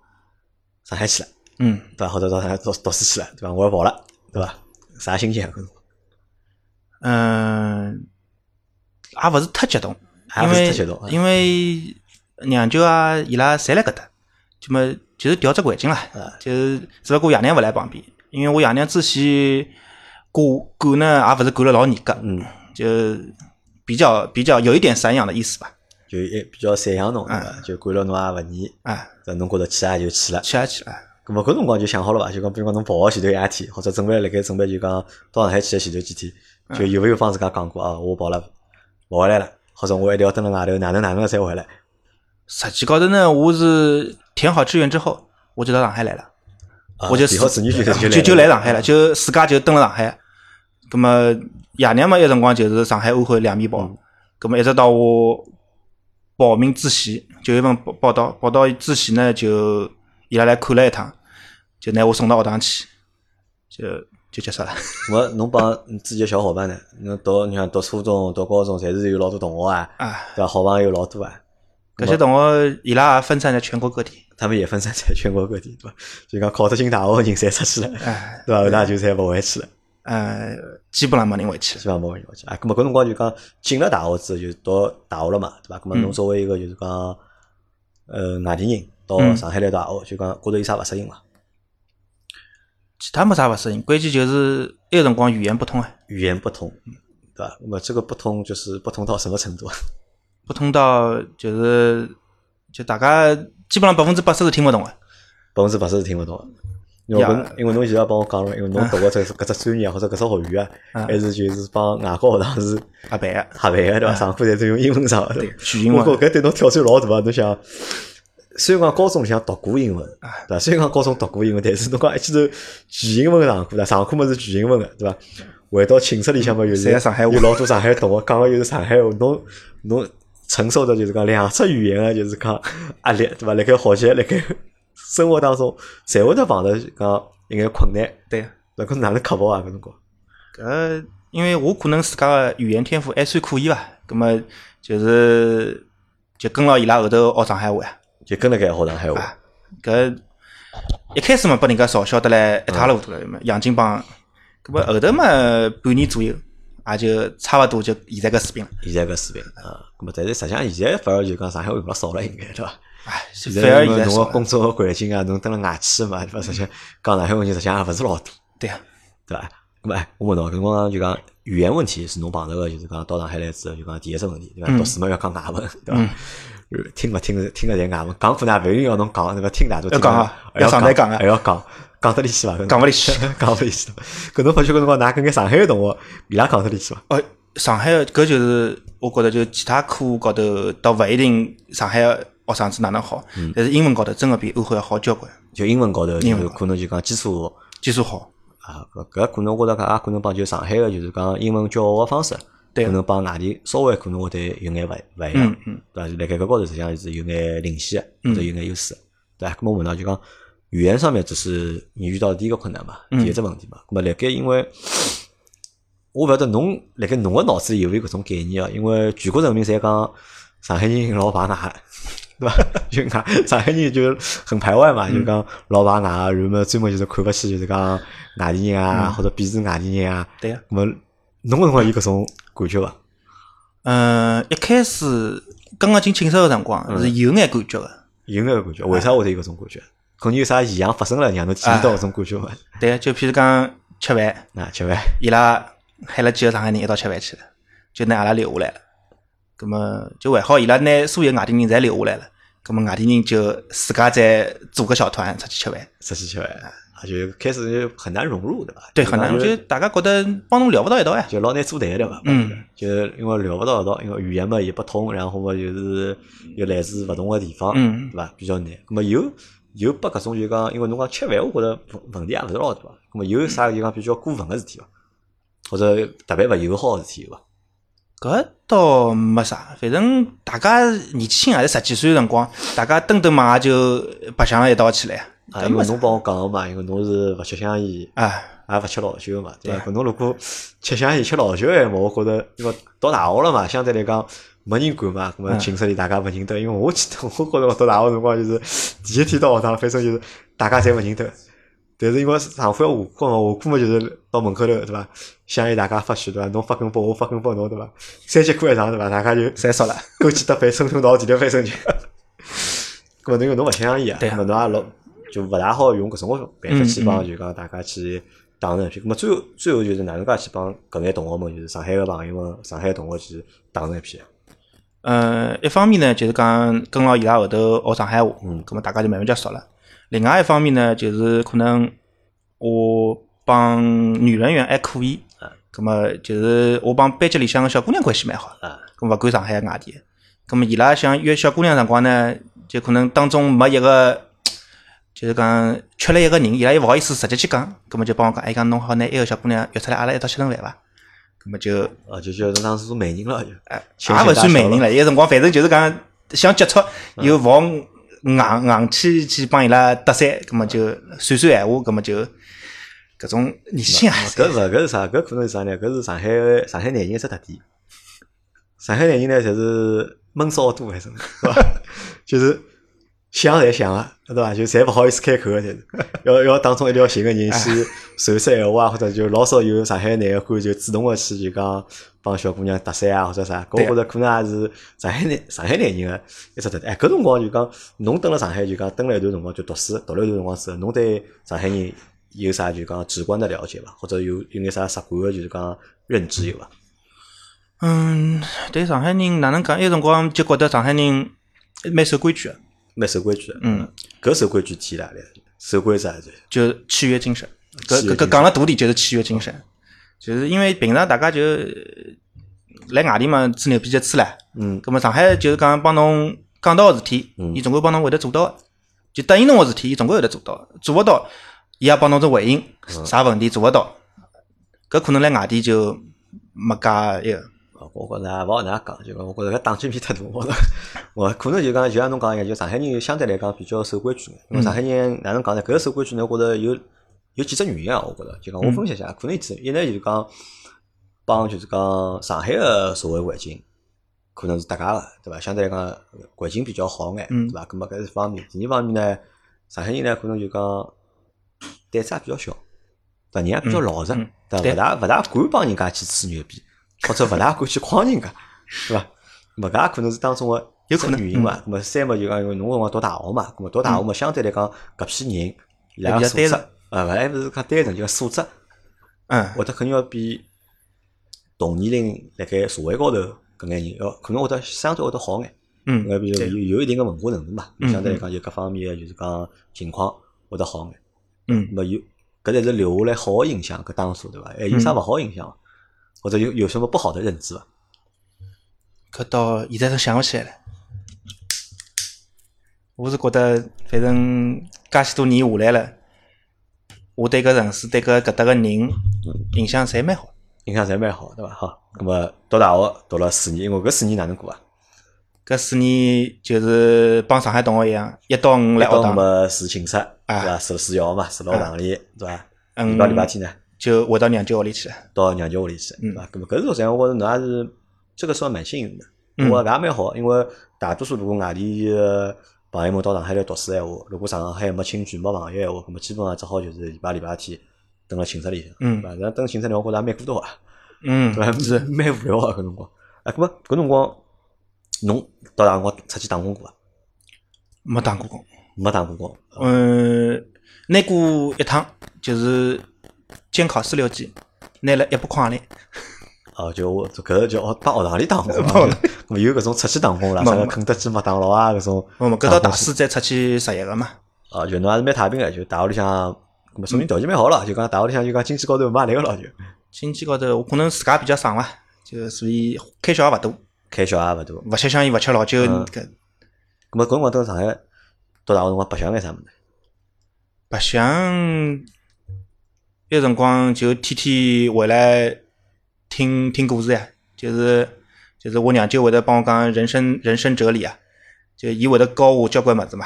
A: 上海去了，
B: 嗯，
A: 对伐？或者到上海读读书去了，对伐？我要跑了，对伐？啥心情啊？搿辰光
B: 嗯，也勿是太激动，
A: 还
B: 因
A: 勿是
B: 为
A: 太激动啊
B: 因为娘舅啊，伊拉侪辣搿搭，就么就是调只环境啦
A: 啊，
B: 就是只不过爷娘勿来旁边，因为我爷娘之前管管呢，也勿是管了老严格，
A: 嗯，
B: 就比较比较有一点散养的意思吧，
A: 就一比较散养侬，对
B: 哎
A: 伐？就管了侬也勿严，
B: 啊，
A: 那侬觉着去啊就去了。
B: 去啊去啊，
A: 咁么搿辰光就想好了伐？就讲比如讲侬跑学前头一夜天，或者准备辣盖准备就讲到上海去的前头几天，
B: 哎
A: 就有没有帮自家讲过啊？我跑了，跑回来了，或者我一定要蹲辣外头，哪能哪能才回来？
B: 实际高头呢，我是填好志愿之后，我就到上海来了。
A: 啊
B: 我就
A: 填好志愿就就
B: 就就来上海了，就自家就蹲了上海。咁么爷娘嘛，一辰光就是上海、安徽两面跑。
A: 嗯
B: 咁么一直到我报名之前，九月份报报到，报到之前呢，就伊拉来看了一趟，就拿我送到学堂去，就就结束了。
A: 我侬帮自己的小伙伴呢？侬读你想读初中、读高中，侪是有老多同学啊，
B: 啊，
A: 对伐？好朋友老多啊，
B: 搿些同学伊拉也分散在全国各地。
A: 他们也分散在全国各地，对伐？就讲考得进大学的人侪出去了，
B: 哎，
A: 对伐？后头就侪勿回去了，
B: 呃，基本上没人回去了。
A: 基本上没回去啊。咁么搿辰光就讲进了大学之后就读大学了嘛，对伐？咁么
B: 嗯
A: 侬作为一个就是讲呃外地人到
B: 嗯
A: 上海来读大学，就讲觉着有啥勿适应嘛？
B: 其他没啥勿适应，关键就是埃个辰光语言不通啊，
A: 语言不通，对伐？那么这个不通就是不通到什么程度？
B: 不通到就是就大家基本上百分之八十是听不懂的。啊
A: 百分之八十是听勿懂的。因为
B: 呀
A: 侬因为侬现在帮我讲了，因为侬读个这搿只专业或者搿只学院啊，
B: 嗯
A: 还是就是帮外国学堂是
B: 阿白啊，
A: 合办个对伐？上课侪是用英文上的，对吧
B: 取英
A: 我
B: 文
A: 觉搿对侬挑战老大啊！侬想，虽然讲高中里向读过英文，
B: 哎
A: 对伐？虽然讲高中读过英文，但是侬讲一记头全英文上课啦，上课么是全英文个，对伐？回到寝室里向嘛，又
B: 侪
A: 是
B: 是嗯上海话
A: 有老多上海同学讲个又是上海话，侬侬承受的就是讲两只语言个就是讲压力，对伐？辣盖学习，辣盖生活当中，侪会得碰到讲一眼困难，
B: 对啊，
A: 那搿哪能克服啊？搿辰光，
B: 搿因为我可能自家个语言天赋还算可以伐，葛么就是就跟牢伊拉后头学上海话呀，
A: 就跟辣盖学上海话
B: 啊，搿一开始嘛把人家嘲笑得来一塌糊涂了，嘛洋泾浜，葛么后头嘛半年左右也就差勿多就现在搿水平了，
A: 现在搿水平啊，咾么但是实际上现在反而就讲上海话用了少了，应该对伐？
B: 唉，
A: 现
B: 反而
A: 因
B: 现
A: 为
B: 在
A: 侬
B: 少
A: 个
B: 了
A: 工作环境啊，侬蹲辣外企嘛，对伐？实际上讲上海话人实际上也勿是老多，
B: 对啊，
A: 对伐？咾么哎，我问侬，搿辰光就讲语言问题是侬碰到个，就是讲到上海来之后，就讲第一只问题，对伐？
B: 嗯
A: 读书嘛要讲外文，对伐？听勿听听个侪外文，讲可能也勿一定要侬讲，对伐？听大多
B: 要讲啊
A: 听勿到
B: 要上台讲啊
A: 还要讲，讲得里去伐？
B: 讲勿里去
A: <laughs> 讲勿里去。搿侬发觉搿辰光，㑚跟眼上海个同学，伊拉讲得里去伐？
B: 哦，上海的搿就是我觉得就其他科高头倒勿一定上海的学生子哪能好，但是英文高头真个比安徽要好交关，
A: 就英文高头，就
B: 英
A: 是
B: 文
A: 可能就讲基础。
B: 基础好。
A: 啊，搿搿可能我觉着也可能帮就上海个就是讲英文教学个方式，
B: 对啊
A: 可能帮外地稍微可能会得有眼勿勿一样
B: 嗯，嗯，
A: 对伐？就辣盖搿高头实际上是有眼领先个，或者有眼优势，对伐？咾么我们呢就讲语言上面只是你遇到的第一个困难嘛，第
B: 嗯
A: 一只问题嘛。咾么辣盖因为我勿晓得侬辣盖侬个脑子里有没有搿种概念啊？因为全国人民侪讲上海人老排外，对伐？ <laughs> 就讲上海人就很排外
B: 嗯
A: 嘛，就讲老排外，然后么专门就是看勿起，就是讲外地人啊，
B: 嗯
A: 或者鄙视外地人啊。
B: 对呀、
A: 咾么侬搿辰光有搿种感觉伐？
B: 嗯，一开始刚刚进寝室个辰光是有眼感觉个，
A: 有眼
B: 啊
A: 感觉，为啥会得有搿种感觉？可能有啥现象发生了，让侬体验到搿种感觉伐？
B: 对，就譬如讲吃饭，
A: 啊，吃饭
B: 伊拉喊了几个上海人一道吃饭去了，就拿阿拉留下来了。葛么就还好，伊拉拿所有外地人侪留下来了，葛么外地人就自家再组个小团出去吃饭。
A: 出去吃饭啊，就开始就很难融入，对伐？
B: 对，很难，
A: 就
B: 就大家觉得帮侬聊不到一道呀。
A: 就老难做谈的嘛。
B: 嗯，
A: 就是因为聊不到一道，因为语言嘛也不通，然后嘛就是又来自勿同个地方，
B: 嗯
A: 对伐？比较难。那么有有拨搿种就讲，因为侬讲吃饭，我觉着问问题也勿是老大。那么有啥就讲比较过分个事体伐？或者特别勿友好个事体有伐？
B: 搿倒没啥，反正大家年纪轻也啊是十几岁的辰光，大家登登嘛也就白相了一道起来，
A: 啊，
B: 搿
A: 因
B: 没
A: 为
B: 啥
A: 侬帮我讲个嘛，因为侬是勿吃香烟，
B: 啊。
A: 也勿吃老酒嘛，对伐？搿
B: 对
A: 侬如果 <sniffs> 吃香烟、吃老酒闲话，我觉着因为读大学了嘛，相对来讲没人管嘛，咁么
B: 嗯
A: 寝室里大家勿认得。因为我记得， <laughs> 我觉着我读大学辰光就是第一天到学堂，反正就是大家侪勿认得。但是因为上课要下课嘛，下课嘛就是到门口头对伐？香烟大家发许对伐？侬发根拨我，发根拨侬对伐？三节课一上对伐？大家就
B: 侪熟了，
A: <laughs> 勾起搭背，蹭蹭到第六翻身去。咁么侬又侬勿相信啊？
B: 对
A: 咁么侬也老就勿大好用搿种办法去帮，就讲大家去打成一片。咁么最后最后就是哪能介去帮搿眼同学们，就是上海个朋友们、上海个同学去打成一片。
B: 呃，一方面呢，就是讲跟牢伊拉后头学上海话，
A: 嗯
B: 咁么大家就慢慢就熟了。另外一方面呢，就是可能我帮女人缘还可以
A: 啊，
B: 咁么就是我帮班级里向个小姑娘关系蛮好
A: 啊，
B: 咁勿管上海外地的，咁么伊拉想约小姑娘辰光呢，就可能当中没一个。就是讲缺了一个人，伊拉又勿好意思直接去讲，咁么就帮我讲，哎，讲侬好拿埃个小姑娘约出来，阿拉一道吃顿饭伐？咁么就
A: 啊，就叫当时做媒人 <laughs> 了，就亲
B: 也
A: 戚大
B: 勿算
A: 小
B: 美人了，有辰光反正就是讲想接触，又勿好硬硬去去帮伊拉搭讪，葛么就算算闲话，葛么就搿种热心啊，
A: 搿勿哎搿是啥？搿可能是啥呢？搿是上海的上海男人一只特点。上海男人呢，就是闷骚多，还是对伐？ <laughs> 就是想侪想啊，对伐？就侪勿好意思开口个，侪是要要当中一定要寻个人去传说闲话啊，或 <laughs> 者就老少有上海男个会就主动个去就讲帮小姑娘搭讪啊，或者啥。搿
B: 对
A: 我觉着可能也是上海男上海男人个一只特点。哎，搿辰光就讲侬蹲辣上海就讲蹲了一段辰光，就读书读了一段辰光之后，侬对上海人有啥就讲直观的了解伐？或者有有眼啥直观个就是讲认知有伐？
B: 嗯，对上海人哪能讲？有辰光就觉得上海人蛮守规矩的，
A: 蛮守规矩的，
B: 嗯，
A: 搿守规矩体现哪里？守规矩啊，就是
B: 就契约精神。搿
A: 契约精
B: 搿搿
A: 神
B: 讲了大点就是契约精神，就是因为平常大家就呃来外地嘛，吹牛逼就吹唻，
A: 嗯
B: 咁么上海就是讲帮侬讲到个事体，
A: 嗯
B: 伊总归帮侬会得做到个，就答应侬个事体，伊总归会得做到的。做勿到，伊也帮侬做回应，啥问题做勿到，搿可能来外地就没介哎一个。
A: 啊，我觉着也勿好哪讲，就讲我觉着搿打击面太大，我觉着我可能就讲就像侬讲一样，就上海人相对来讲比较守规矩眼，因为上海人哪能讲呢？搿个守规矩呢，我觉着有有几只原因啊，我觉着就讲我分析一下，可能有几只一呢就是讲帮就是讲上海个社会环境。可能是搭界个，对伐？相对来讲，环境比较好眼，
B: 嗯
A: 对伐？搿么搿是一方面。第二方面呢，上海人呢，可能就讲胆子也比较小，对伐？人也比较老实
B: 嗯嗯，
A: 对伐？
B: 对
A: 勿大勿大敢帮人家去吹牛逼，或者勿大敢去诓人家，对伐？搿搿也可能是当中个
B: 有可能
A: 原因嘛。搿么三嘛就讲，因为侬辰光读大学嘛，搿么读大学嘛，相对来讲搿批人伊拉
B: 嗯还
A: 个
B: 比较
A: 素质，呃，勿还勿是讲单
B: 单纯
A: 纯，就讲素质。
B: 嗯，
A: 或者肯定要比同年龄辣盖社会高头搿眼人要可能会得相对会得好眼，
B: 嗯
A: 那比如
B: 对
A: 有有一定个文化程度嘛，
B: 嗯
A: 相对来讲有各方面个就是讲情况会得好眼。
B: 嗯
A: 那么有搿才是留下来好个印象，搿当初对伐？哎，有啥
B: 嗯
A: 勿好印象伐？或者有有什么不好的认知伐？
B: 搿到现在都想勿起来了。我是觉得，反正介许多年下来了，我对搿城市、对搿搿搭个人印象侪蛮好。
A: 印象侪蛮好，对伐？好，那么读大学读了四年，因为搿四年哪能过啊？
B: 搿四年就是帮上海同学一样，一到五来学
A: 到
B: 堂。啊
A: 么住寝室，对伐？住住校嘛，住到学堂里，对伐？礼拜
B: 嗯
A: 礼拜天呢？
B: 就回到娘舅屋里去了。
A: 到娘舅屋里去，对伐？咁么搿是实际上我觉着侬也是这个算蛮幸运的，
B: 嗯
A: 我觉着也蛮好，因为大多数如果外地的朋友们到上海来读书闲话，如果上海没亲戚没朋友闲话，咁么基本上只好就是礼拜礼拜天蹲辣寝室里，
B: 嗯
A: 对伐？然后蹲寝室里我觉着也蛮孤独啊，
B: 嗯
A: 对，伐？
B: 是
A: <laughs> 蛮无聊啊搿辰光。啊，咁么搿辰光侬到大辰光出去打工过伐？
B: 没打过工。
A: 没打过工，
B: 嗯，拿过一趟，就是监考四六级，拿了一百块行钿。
A: 啊，就我搿就学帮学堂里打
B: <laughs>
A: 工啊，
B: 帮学
A: <laughs>
B: 堂
A: 咁么有搿种出去打工
B: <laughs>
A: 啦，
B: 没
A: 啥个
B: 没
A: 肯德基、麦当劳
B: <laughs>
A: 啊搿种。哦
B: 我们搿到大四再出去实习个嘛。
A: 啊，就侬还是蛮太平个，就大学里向咁么说明条件蛮好了，就讲大学里向就讲经济高头没压力个了，就
B: 经济高头，我可能自家比较省伐，就所以开销也勿大，
A: 开销也勿大。
B: 勿吃香烟，勿吃老酒，
A: 嗯
B: 搿
A: 咁么搿辰光到上海读大学辰光白相眼啥物事？
B: 白相，有辰光就天天回来听听故事呀，就是就是我娘舅会得帮我讲人生人生哲理啊，就伊会得教我交关物事嘛，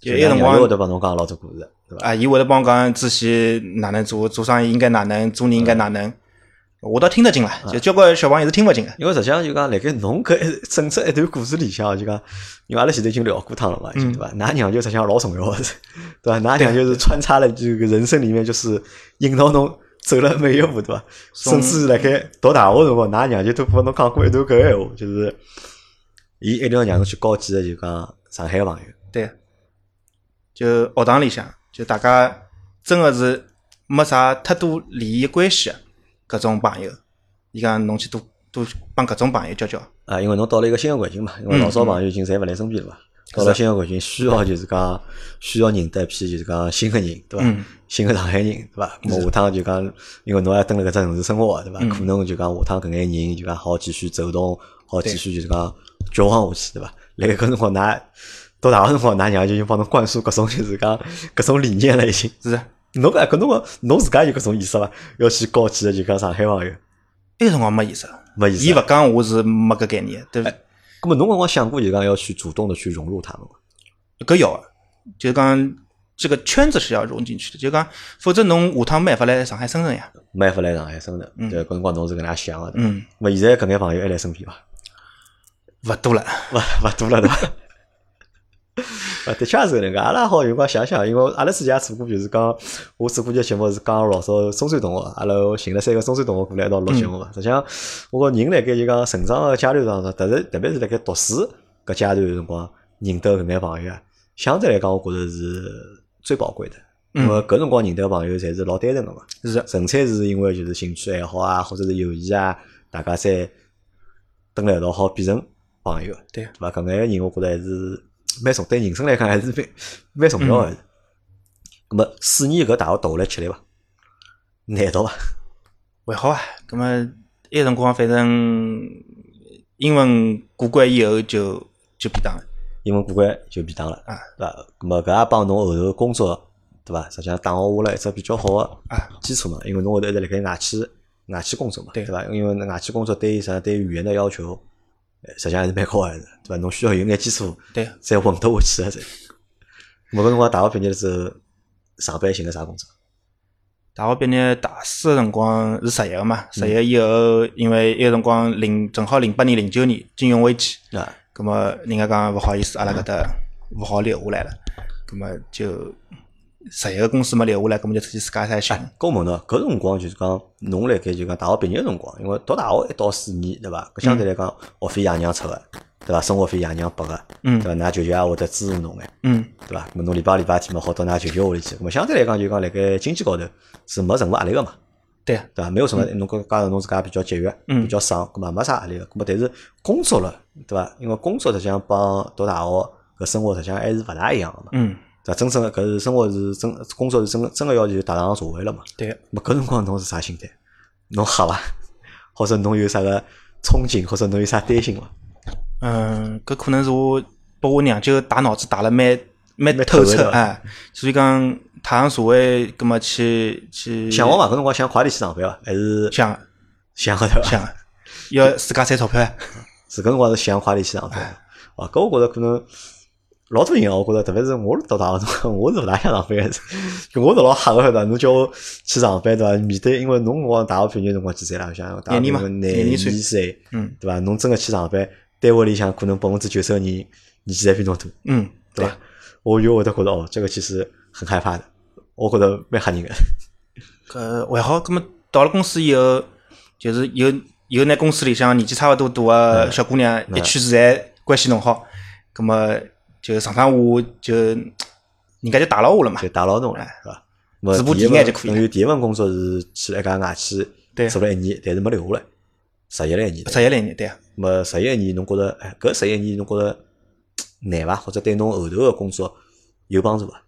B: 就有辰光
A: 会得帮侬讲老多故事，对伐？
B: 啊，伊会得帮我讲仔细哪能做，做生意应该哪能，做人应该哪能，我倒听得进了，就交关小朋友是听勿进个。
A: 因为实际上就讲，辣盖侬搿一整整一段故事里向，就讲，因为阿拉前头已经聊过趟了嘛，已经对伐？㑚娘舅实际上老重要的， <laughs> 对伐？㑚娘就是穿插了这个人生里面，就是引导侬走了每一步，对伐？甚
B: 从
A: 至辣盖读大学辰光，㑚娘舅都帮侬讲过一段搿闲话，就是伊一定要让侬去交几个就讲上海个朋友，
B: 对，就学堂里向，就大家真个是没啥太多利益关系个搿种朋友。伊讲侬去多多帮搿种朋友交交，
A: 啊，因为侬到了一个新个环境嘛，因为老少朋友已经侪勿辣身边了嘛。
B: 嗯
A: 到了新个环境，需要就是讲需要认得一批就是讲新个人，对伐？
B: 嗯
A: 新个上海人，对伐？咾么下趟就讲，因为侬也蹲辣搿只城市生活，啊对伐？
B: 嗯
A: 可能就讲下趟搿眼人就讲好继续走动，好继续就是讲交往下去，对伐？辣盖搿辰光，㑚到大学辰光，㑚娘就已经帮侬灌输搿种就是讲搿种理念了，已经。
B: 是啊。
A: 侬搿搿辰光，侬自家有搿种意识伐？要去交几个就讲上海朋友，
B: 那辰光没意思，哎
A: 没意思
B: 伊。勿讲我是没搿概念，对伐？
A: 咾么侬搿辰光想过就讲要去主动的去融入他们伐？
B: 搿要啊，就讲这个圈子是要融进去的，就讲否则侬下趟没办法来上海生存呀。
A: 没办法来上海生存，
B: 嗯
A: 对，搿辰光侬是搿能介想个，对伐
B: 嗯，
A: 咾现在搿眼朋友还辣身边 <laughs> 伐？
B: 勿多了，
A: 勿勿多了对 <laughs> 伐？啊，的确是搿能介。阿拉好有辰光想想，因为阿拉自家也做过，就是讲我做过一个节目是讲老早中山同学，阿拉寻了三个中山同学过来一道录节目
B: 嗯
A: 嘛。实际上，我觉人辣盖就讲成长个阶段当中，特别特别是辣盖读书搿阶段个辰光，认得搿眼朋友啊，相对来讲，我觉着是最宝贵的。
B: 嗯
A: 因为搿辰光认得朋友，侪是老单纯个嘛。
B: 是啊
A: 纯粹是因为就是兴趣爱好啊，或者是友谊啊，大家再蹲辣一道好变成朋友，
B: 对啊
A: 对伐？搿眼人我觉着还是蛮重，对人生来讲还是蛮蛮重要
B: 嗯
A: 个。那么四年搿大学读下来吃力伐？难读伐？
B: 还好啊。咁么，埃辰光反正英文过关以后就就便当了。
A: 英文过关就便当了，
B: 啊
A: 对伐？那么搿也帮侬后头工作，对伐？实际上打好下了一只比较好个
B: 啊
A: 基础嘛，因为侬后头一直辣盖外企外企工作嘛，
B: 对
A: 对伐？因为外企工作对啥对语言的要求，呃实际上还是蛮高个，对伐？侬需要有眼基础，
B: 对，
A: 再混得下去个才。某个辰光大学毕业了之后，上班寻个啥工作？
B: 大学毕业大四个辰光是实习个
A: 嗯
B: 嘛，实习以后，因为埃个辰光零正好零八年零九年金融危机，
A: 啊，
B: 咁么人家讲勿好意思，阿拉搿搭勿好留下来了，咁么就实习个公司没留下来，咁么就出去自家再寻。
A: 搿我问侬，搿辰光就是讲侬辣盖就讲大学毕业个辰光，因为读大学一到四年，对伐？搿相对来讲，学费爷娘出个，对伐？生活费爷娘拨个，
B: 嗯
A: 对伐？㑚舅舅也会得支持侬眼。
B: 嗯，
A: 对伐？咁侬礼拜六礼拜天嘛好到㑚舅舅屋里去，咁相对来讲就讲辣盖经济高头是没任何压力个嘛，
B: 对啊，
A: 对伐？没有什么，侬加上侬自家比较节约，
B: 嗯
A: 比较省，咁嘛没啥压力个。咁么但是工作了，对伐？因为工作实际上帮读大学搿生活实际上还是勿大一样个嘛，
B: 嗯，
A: 对伐？真正的搿是生活是真工作是真真个要求踏上社会了嘛。
B: 对啊，
A: 咁搿辰光侬是啥心态？侬吓伐？或者侬有啥个憧憬，或者侬有啥担心伐？
B: 嗯，搿可能是我拨我娘舅打脑子打了蛮蛮
A: 蛮
B: 透
A: 透彻
B: 彻
A: 的
B: 哎，所以讲踏上社会，咁么去去
A: 想好伐？搿辰光想快点去上班伐？还是
B: 想啊
A: 想好对伐？
B: 想啊，要自家赚钞票啊，
A: 是搿辰光是想快点去上班
B: 哎
A: 啊，搿我觉着可能老多人啊，我觉着特别是我读大学辰光， <laughs> 我是勿大想上班的，就 <laughs> 我是老吓个对伐？侬叫我去上班对伐？面对因为侬辰光大学毕业辰光几岁啦？我想大学毕业
B: 廿二嘛
A: 廿
B: 廿
A: 二
B: 二岁
A: 岁，
B: 嗯
A: 对伐？侬真个去上班，单位里向可能百分之九十个人年纪侪比侬大，
B: <laughs> 嗯，
A: 对
B: 对
A: 伐？我就会得觉着哦，这个其实很害怕的，我觉着蛮吓人个。
B: 搿呃还好，搿么到了公司以后，就是有有拿公司里向年纪差勿多大个小姑娘一圈子侪关系弄好，搿么就上上下下就人家就打牢我了嘛
A: 就，打捞侬了，是伐？那么
B: 直播
A: 第一
B: 哎体验就可以
A: 份
B: 了
A: 等于第一份工作是去了一家外企
B: 对，啊
A: 做了一年，但是没留下来，实习了一年。
B: 实习了一年对啊，
A: 那么实习一年，侬觉着哎，搿实习一年侬觉着难伐？或者对侬后头个工作有帮助伐？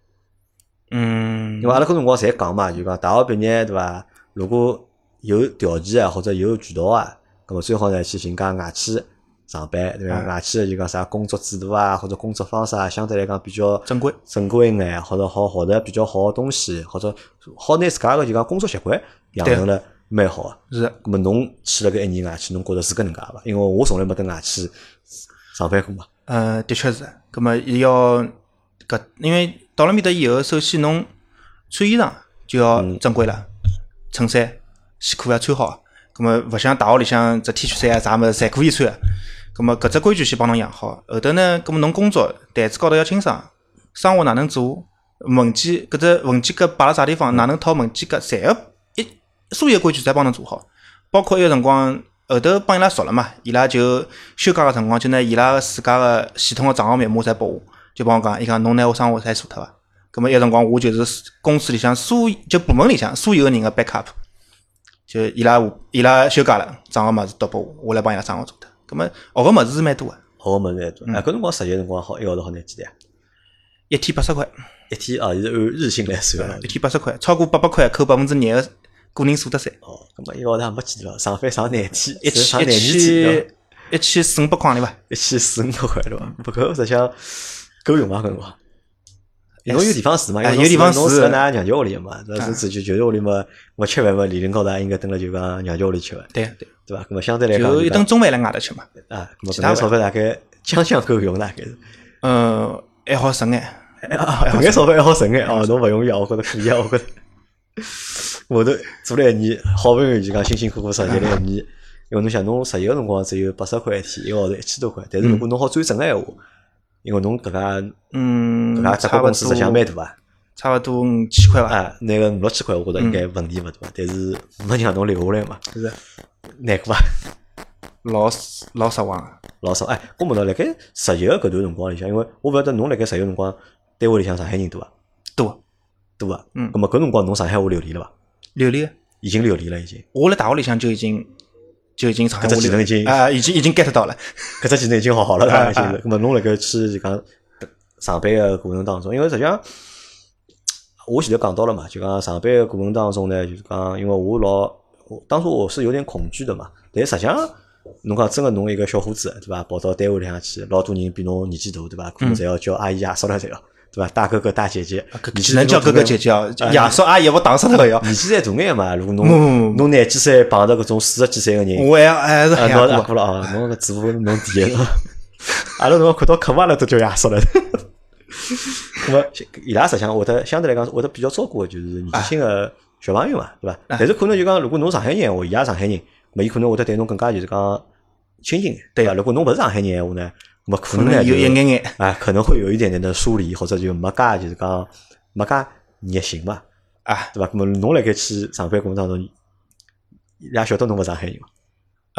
B: 嗯，
A: 因为阿拉搿辰光侪讲嘛，就讲大学毕业对伐？如果有条件啊，或者有渠道啊，葛么最好呢去寻家外企上班，对伐？
B: 嗯
A: 外企的就讲啥工作制度啊，或者工作方式啊，相对来讲比较
B: 正规
A: 正规一眼，或者好学得比较好的东西，或者好拿自家个就讲工作习惯养成了蛮好个。
B: 是
A: 葛么侬去了搿一年外企，侬觉着是搿能介伐？因为我从来没跟外企上班过嘛。
B: 呃，的确是。葛么伊要搿，因为到了面搭以后，首先侬穿衣裳就要正规了，衬衫、西裤要穿好。葛么勿像大学里向只 T 恤衫啊啥物事侪可以穿。葛么搿只规矩先帮侬养好。后头呢，葛么侬工作台子高头要清爽，生活哪能做？文件搿只文件夹摆辣啥地方？哪能套文件夹？侪要一所有规矩侪帮侬做好。包括有辰光后头帮伊拉熟了嘛，伊拉就休假个辰光就拿伊拉个自家个系统个账号密码侪拨我，就帮我讲，伊讲侬拿我生活侪做脱伐？葛么有辰光我就是公司里向所就部门里向所有个人个 backup，就伊拉伊拉休假了，账号物事都拨我，我来帮伊拉账号做脱。葛么学个物事是蛮多个，
A: 好个物事蛮多。哎，搿辰光实习辰光好，一个号头好拿几钿啊？
B: 一天八十块，
A: 一天啊，伊是按日薪来算个
B: 一。天八十块，超过八百块扣百分之廿个个人所得税，
A: 哦，葛么一个号头也没几条，上班上廿天，
B: 一
A: 只上
B: 千
A: 廿
B: 一
A: 二天
B: 千，一千四五百块钿伐？
A: 一千四五百块对
B: 嗯
A: 伐？不过实际上够用伐？搿辰光，侬有地方住嘛？
B: 哎
A: 因为侬
B: 有地方
A: 侬
B: 住
A: 住在㑚娘家屋里嘛？那
B: 啊
A: 是自己就是屋里嘛，没吃饭嘛，理论高头也应该蹲辣就讲娘家屋里吃饭，
B: 对对，
A: 对伐？葛么相对来讲
B: 就一
A: 就讲
B: 顿中饭辣外头吃嘛。
A: 啊，葛么
B: 其
A: 搿
B: 他
A: 眼钞票大概将将够用大概是。
B: 呃，还哎好省眼。
A: <laughs> 啊，搿眼钞票还好省眼哦，侬勿容易啊，我觉着可以啊，我 <laughs> 觉着。后头做了一年，好不容易就讲辛辛苦苦实习了一
B: 啊
A: 年，因为侬想侬实习个辰光只有八十块一天，一个号头一千多块，但是如果侬好转正个闲话，因为侬搿家
B: 嗯
A: 搿家，直
B: 差
A: 播
B: 不
A: 公司实际上
B: 多
A: 蛮大啊，
B: 差不多五千块吧。
A: 啊，拿个五六千块，我觉着应该问题勿大，但是没让侬留下来嘛，
B: 是
A: 难过伐？
B: 老失老失望啊。
A: 老少哎，我问到辣盖实习个搿段辰光里向，因为我勿晓得侬辣盖实习个辰光，单位里向上海人多伐？
B: 多
A: 多伐？
B: 嗯
A: 葛末搿辰光侬上海话流利了伐？
B: 流利的，
A: 已经流利了已经。
B: 我辣大学里向就已经就已经上海
A: 搿只
B: 话
A: 技
B: 流
A: 能已经
B: 啊，已经已经 get 到了。
A: 搿只技能已经好好了，当然已经
B: 啊啊
A: 是。那么侬辣盖去就讲上班个过程当中，因为实际上我前头讲到了嘛，就讲上班个过程当中呢，就是讲因为我老，我当初我是有点恐惧的嘛，但实际上。侬讲真个，侬一个小伙子对伐？跑到单位里向去，老多人比侬年纪大对伐？可能侪要叫阿姨爷叔了，侪要对伐？大哥哥大姐姐，年纪
B: 只能叫哥哥姐
A: 姐。
B: 姐哦，爷叔阿姨我打死他要。
A: 年纪再大眼嘛，如果
B: 不
A: 侬
B: 不不
A: 侬廿几岁碰到搿种四十几岁个人，
B: 我还哎还是
A: 啊，
B: 很
A: 侬
B: 难
A: 大
B: 过。
A: 过了啊，侬搿主播侬第一了。阿拉侬看到客户阿拉都叫爷叔了。 <laughs> 那么伊拉实际上会得相对来讲会得比较照顾的就是年纪轻个小朋友嘛，对伐？
B: 哎
A: 但是可能就讲，如果侬上海人闲话，伊也上海人，那么伊可能会得对侬更加就是讲亲近。对伐？如果侬勿是上海人闲话呢，那么可
B: 可
A: 能
B: 能
A: 呢
B: 有一
A: 就
B: 眼眼，
A: 啊，可能会有一点点的疏离，或者就没介就是讲没介热情嘛，
B: 啊，
A: 对伐？那么侬辣盖去上班过程当中，伊拉晓得侬勿是上海人嘛？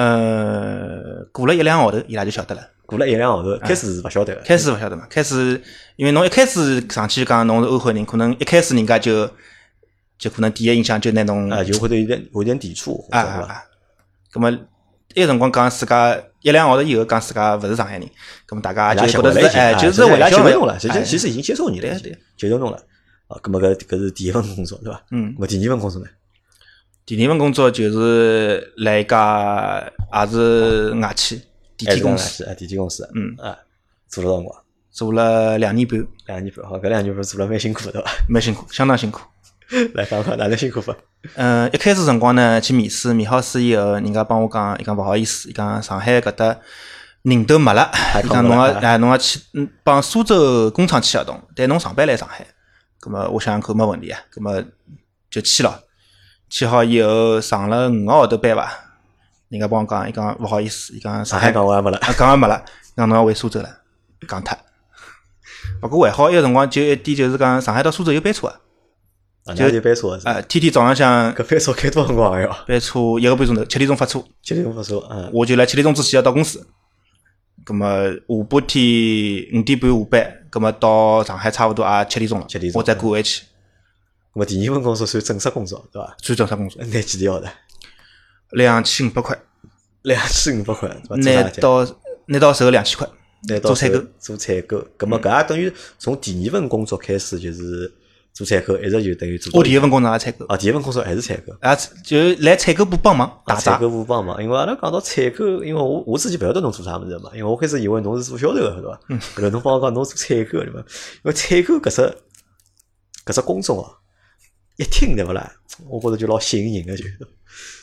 B: 呃，过了一两个号头，伊拉就晓得了。
A: 过了一两个号头，开始是勿晓得个。
B: 哎开始勿晓得嘛，开始因为侬一开始上去讲侬是安徽人，可能一开始人家就就可能第一印象就拿侬
A: 啊，就会对有点有点抵触，
B: 啊
A: 是
B: 啊
A: 吧？
B: 啊！咁么，埃辰光讲自家一两个号头以后讲自家勿是上海人，咁么大家
A: 伊拉
B: 就
A: 习
B: 觉
A: 惯
B: 得
A: 了已
B: 是
A: 经
B: 哎，
A: 啊
B: 就是
A: 是
B: 为
A: 伊拉
B: 了
A: 接
B: 交
A: 受
B: 流
A: 侬了，其实
B: 哎
A: 其实已经接受你了，
B: 对
A: 已
B: 对
A: 经接受侬了。啊，咁么搿搿是第一份工作对伐？
B: 嗯
A: 咁么第二份工作呢？
B: 第二份工作就是来一家也是外企电梯公
A: 还是
B: 司，
A: 啊，电梯公司，
B: 嗯
A: 啊，做了多少辰光？
B: 做了两年半，
A: 两年半，好，搿两年半做了蛮辛
B: <laughs>
A: 苦的伐？
B: 蛮辛苦，相当辛苦。
A: 来讲讲哪能辛苦法？
B: 嗯，一开始辰光呢，去面试，面好试以后，人家帮我讲，伊讲勿好意思，伊讲上海搿搭人头没了， <laughs> 伊
A: 讲
B: 讲
A: 勿
B: 侬要
A: 了啊
B: 哎侬要去嗯帮苏州工厂签合同，但侬上班来上海，葛么我想想看没问题啊，葛么就签了，签好以后上了五个号头班伐，人家帮我讲，伊讲勿好意思，伊讲
A: 上
B: 上
A: 海
B: 海
A: 讲我也没了，
B: 啊，讲也没了，讲侬要回苏州了，讲脱。不过还好，有辰光就一点就是讲上海到苏州有班车啊，
A: 啊，那就班车了是吧。
B: 啊，天天早浪向
A: 搿班车开多少辰光哟？
B: 班车一个半钟头，七点钟发车，
A: 七点钟发车，嗯，
B: 我就辣七点钟之前要到公司。葛么下半天五点半下班，葛么到上海差勿多啊也七点钟了，
A: 7点钟
B: 我再赶回去
A: 咁么第二份工作算正式工作对伐？
B: 最正式工作，
A: 拿几钿号头？
B: 两千五百块，
A: 两千五百块，对伐？做啥
B: 拿
A: 事体
B: 到拿到手两千块，
A: 拿到
B: 做采购嗯
A: 手做采购，咁么搿也等于从第二份工作开始就是做采购一直就等于做到。
B: 我第一份工作也采购，
A: 啊，第一份工作还是采购。啊
B: 啊，就来采购部帮忙打
A: 采
B: 杂。
A: 购部帮忙，因为阿拉讲到采购，因为我我自己不晓得侬做啥物事嘛，因为我开始以为侬是做销售的，对伐？
B: 嗯
A: 后头侬帮我讲侬做采购对伐？因为采购搿只搿只工种啊，一听对勿啦？我觉着就老吸引人的，就是。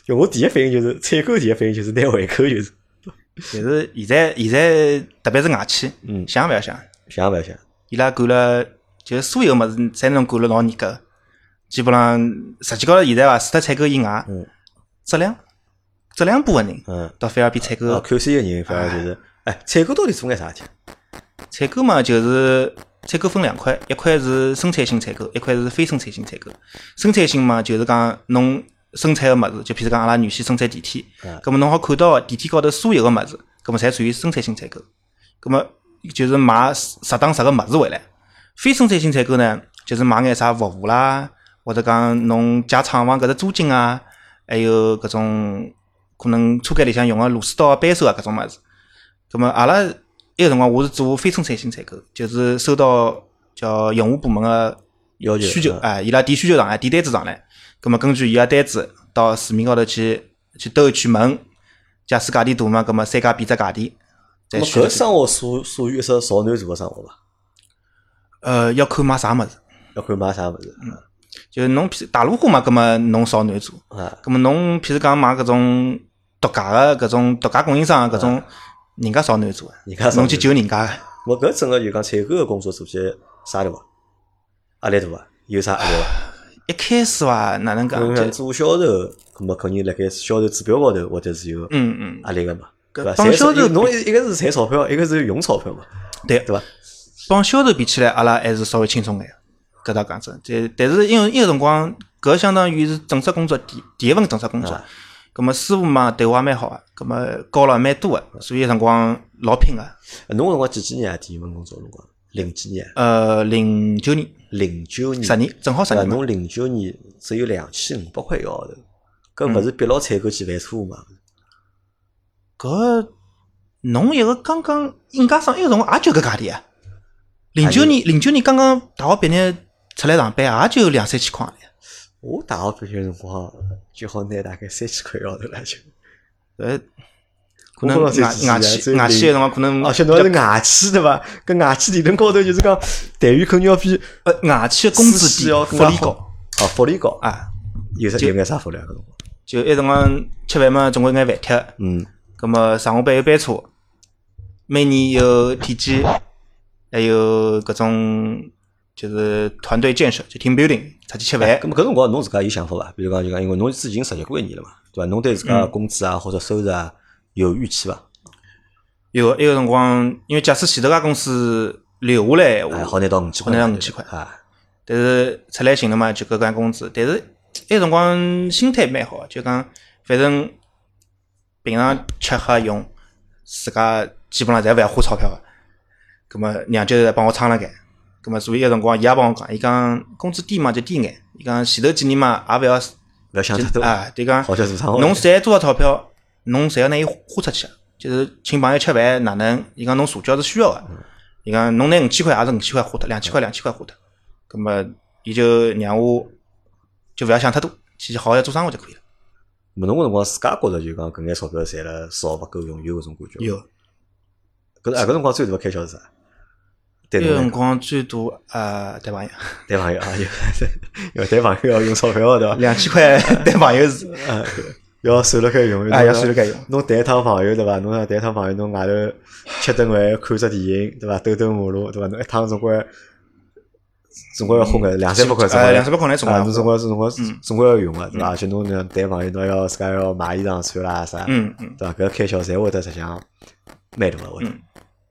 A: 就我第一反应就是采购，第一反应就是拿胃口，就是
B: 但是现在现在特别是外企，
A: 嗯
B: 想也勿要想，
A: 想也勿要想，
B: 伊拉管了就是所有物事侪能管了老严格的，基本上实际高头现在伐，除脱采购以外
A: 嗯，
B: 质量质量部分人
A: 嗯。
B: 倒反而比采
A: 啊，
B: 购
A: 看戏个人反而就是，哎，采购到底做眼啥事体？
B: 采购嘛，就是采购分两块，一块是生产性采购，一块是非生产性采购。生产性嘛，就是讲侬生产个物事，就譬如讲阿拉原先生产电梯
A: 嗯，
B: 葛末侬好看到电梯高头所有个物事，葛末侪属于生产性采购。葛末就是买适当啥个物事回来。非生产性采购呢，就是买眼啥服务啦，或者讲侬借厂房搿只租金啊，还有搿种可能车间里向用个螺丝刀啊、扳手啊搿种物事。咁么阿拉埃个辰光我是做非生产性采购，就是收到叫用户部门个
A: 要求
B: 需求，
A: 嗯
B: 哎，伊拉提需求上来，提单子上来，咁么根据伊个单子到市面高头去去兜一圈问，假使价钿大嘛，咁么三家比只价钿，再
A: 咾么
B: 选
A: 搿
B: 择。
A: 生活属属于一只潮男做个生活伐？
B: 呃，要看买啥物事，
A: 要看买啥物事
B: 嗯就是侬譬如大陆货嘛，咁么侬少难做，
A: 啊？
B: 咁么侬譬如讲买搿种独家个搿种独家供应商的搿种，人家少难做的，
A: 啊人家
B: 侬去
A: 就
B: 求人家个。啊
A: 我搿整个就讲采购个工作做起来啥对伐？压力大伐？有啥压力伐？
B: 一开始伐，哪能讲
A: 侬？
B: 就
A: 想做销售，搿么肯定辣盖销售指标高头或者是有
B: 嗯嗯，
A: 压力个嘛，对伐？
B: 搿帮
A: 侪是
B: 销售
A: 因为侬一一个是赚钞票，一个是用钞票嘛，
B: 对
A: 对伐？
B: 帮销售比起来，阿拉还是稍微轻松眼。搿倒讲真，但但是因为伊个辰光，搿相当于是正式工作第第一份正式工作
A: 啊，
B: 葛末师傅嘛对我也蛮好个，葛末教了蛮多个，所以有辰光老拼啊个。
A: 侬搿辰光几几年啊？第一份工作辰光？零几年啊？
B: 呃，零九年
A: 零九年？
B: 十年，正好十
A: 啊，
B: 年嘛。
A: 侬零九年只有两千五百块一个号头，
B: 嗯
A: 搿勿是逼牢采购去犯错误嘛？
B: 搿侬一个刚刚应届生，埃个辰光也就搿价钿啊。零九
A: 还有
B: 年，零九年刚刚大学毕业出来上班，也就两三千块行钿。
A: 我大学毕业辰光就好拿大概三千块一个哦号头了就，
B: 呃，可
A: 我
B: 能
A: 不
B: 外
A: 知道这是
B: 外
A: 几
B: 企
A: 啊
B: 外企
A: 这
B: 个辰光可能
A: 而且侬还是外企对伐？搿外企理论高头就是讲待遇肯定要比
B: 呃外企个工资
A: 私企
B: 低，
A: 要更
B: 福
A: 加
B: 利
A: 好
B: 高
A: 哦，福利高，
B: 啊。
A: 有啥有眼啥福利啊？搿辰光，
B: 就埃辰光吃饭嘛，总归有眼饭贴，
A: 嗯，
B: 葛末上下班有班车，每年有体检，还有搿种就是团队建设，就 team building，出去吃饭
A: 哎咁。么搿辰光侬自家有想法伐？比如讲就讲，因为侬之前实习过一年了嘛，对伐？侬对自家工资啊或者收入啊有预期伐？
B: 有埃个辰光，因为假使前头家公司留下来，
A: 哎，
B: 我
A: 好拿到五千块嘛，
B: 好拿到五千块
A: 啊，
B: 但是出来寻了嘛，就搿干工资。但是埃辰光心态蛮好，啊就讲反正平常吃喝用，自家基本上侪勿要花钞票个。啊葛末娘舅侪帮我撑辣盖，葛末所以埃辰光伊也帮我讲，伊讲工资低嘛就低眼，伊讲前头几年嘛也勿
A: <laughs>
B: 要
A: 勿要想太多，
B: 啊，对讲
A: 好像是啥好
B: 侬赚多少钞票，侬侪要拿伊花出去，啊就是请朋友吃饭哪能？伊讲侬社交是需要个，伊讲侬拿五千块也是五千块花脱，两千块两千块花脱，葛么伊就让我就勿要想太多，去好好做生活就可以了。
A: 么侬搿辰光自家觉着就讲搿眼钞票赚了少勿够用，有搿种感觉。
B: 有，
A: 搿是啊搿辰光最大个开销是啥？对
B: 那
A: 侬
B: 个
A: 来
B: 辰
A: 讲
B: 光最多呃谈朋友，
A: 对朋友啊， <laughs> 有因为对朋友要用钞票
B: <laughs>
A: 对伐？
B: 两千块谈朋友是，
A: 啊要算了该用，
B: <laughs> 哎要算了该用。
A: 侬谈一趟朋友对伐？侬要谈一趟朋友，侬外头吃顿饭、看只电影对伐？兜兜马路对伐？侬一趟总归总归要花个两三百块，总
B: 呃
A: 归
B: 两三百块嗯来总
A: 啊，侬总
B: 归，
A: 归总归总归要用个对伐？而且侬那谈朋友，侬要自家要买衣裳穿啦啥，
B: 嗯嗯，
A: 对伐？搿开销侪会得实际上蛮大个，会得
B: 嗯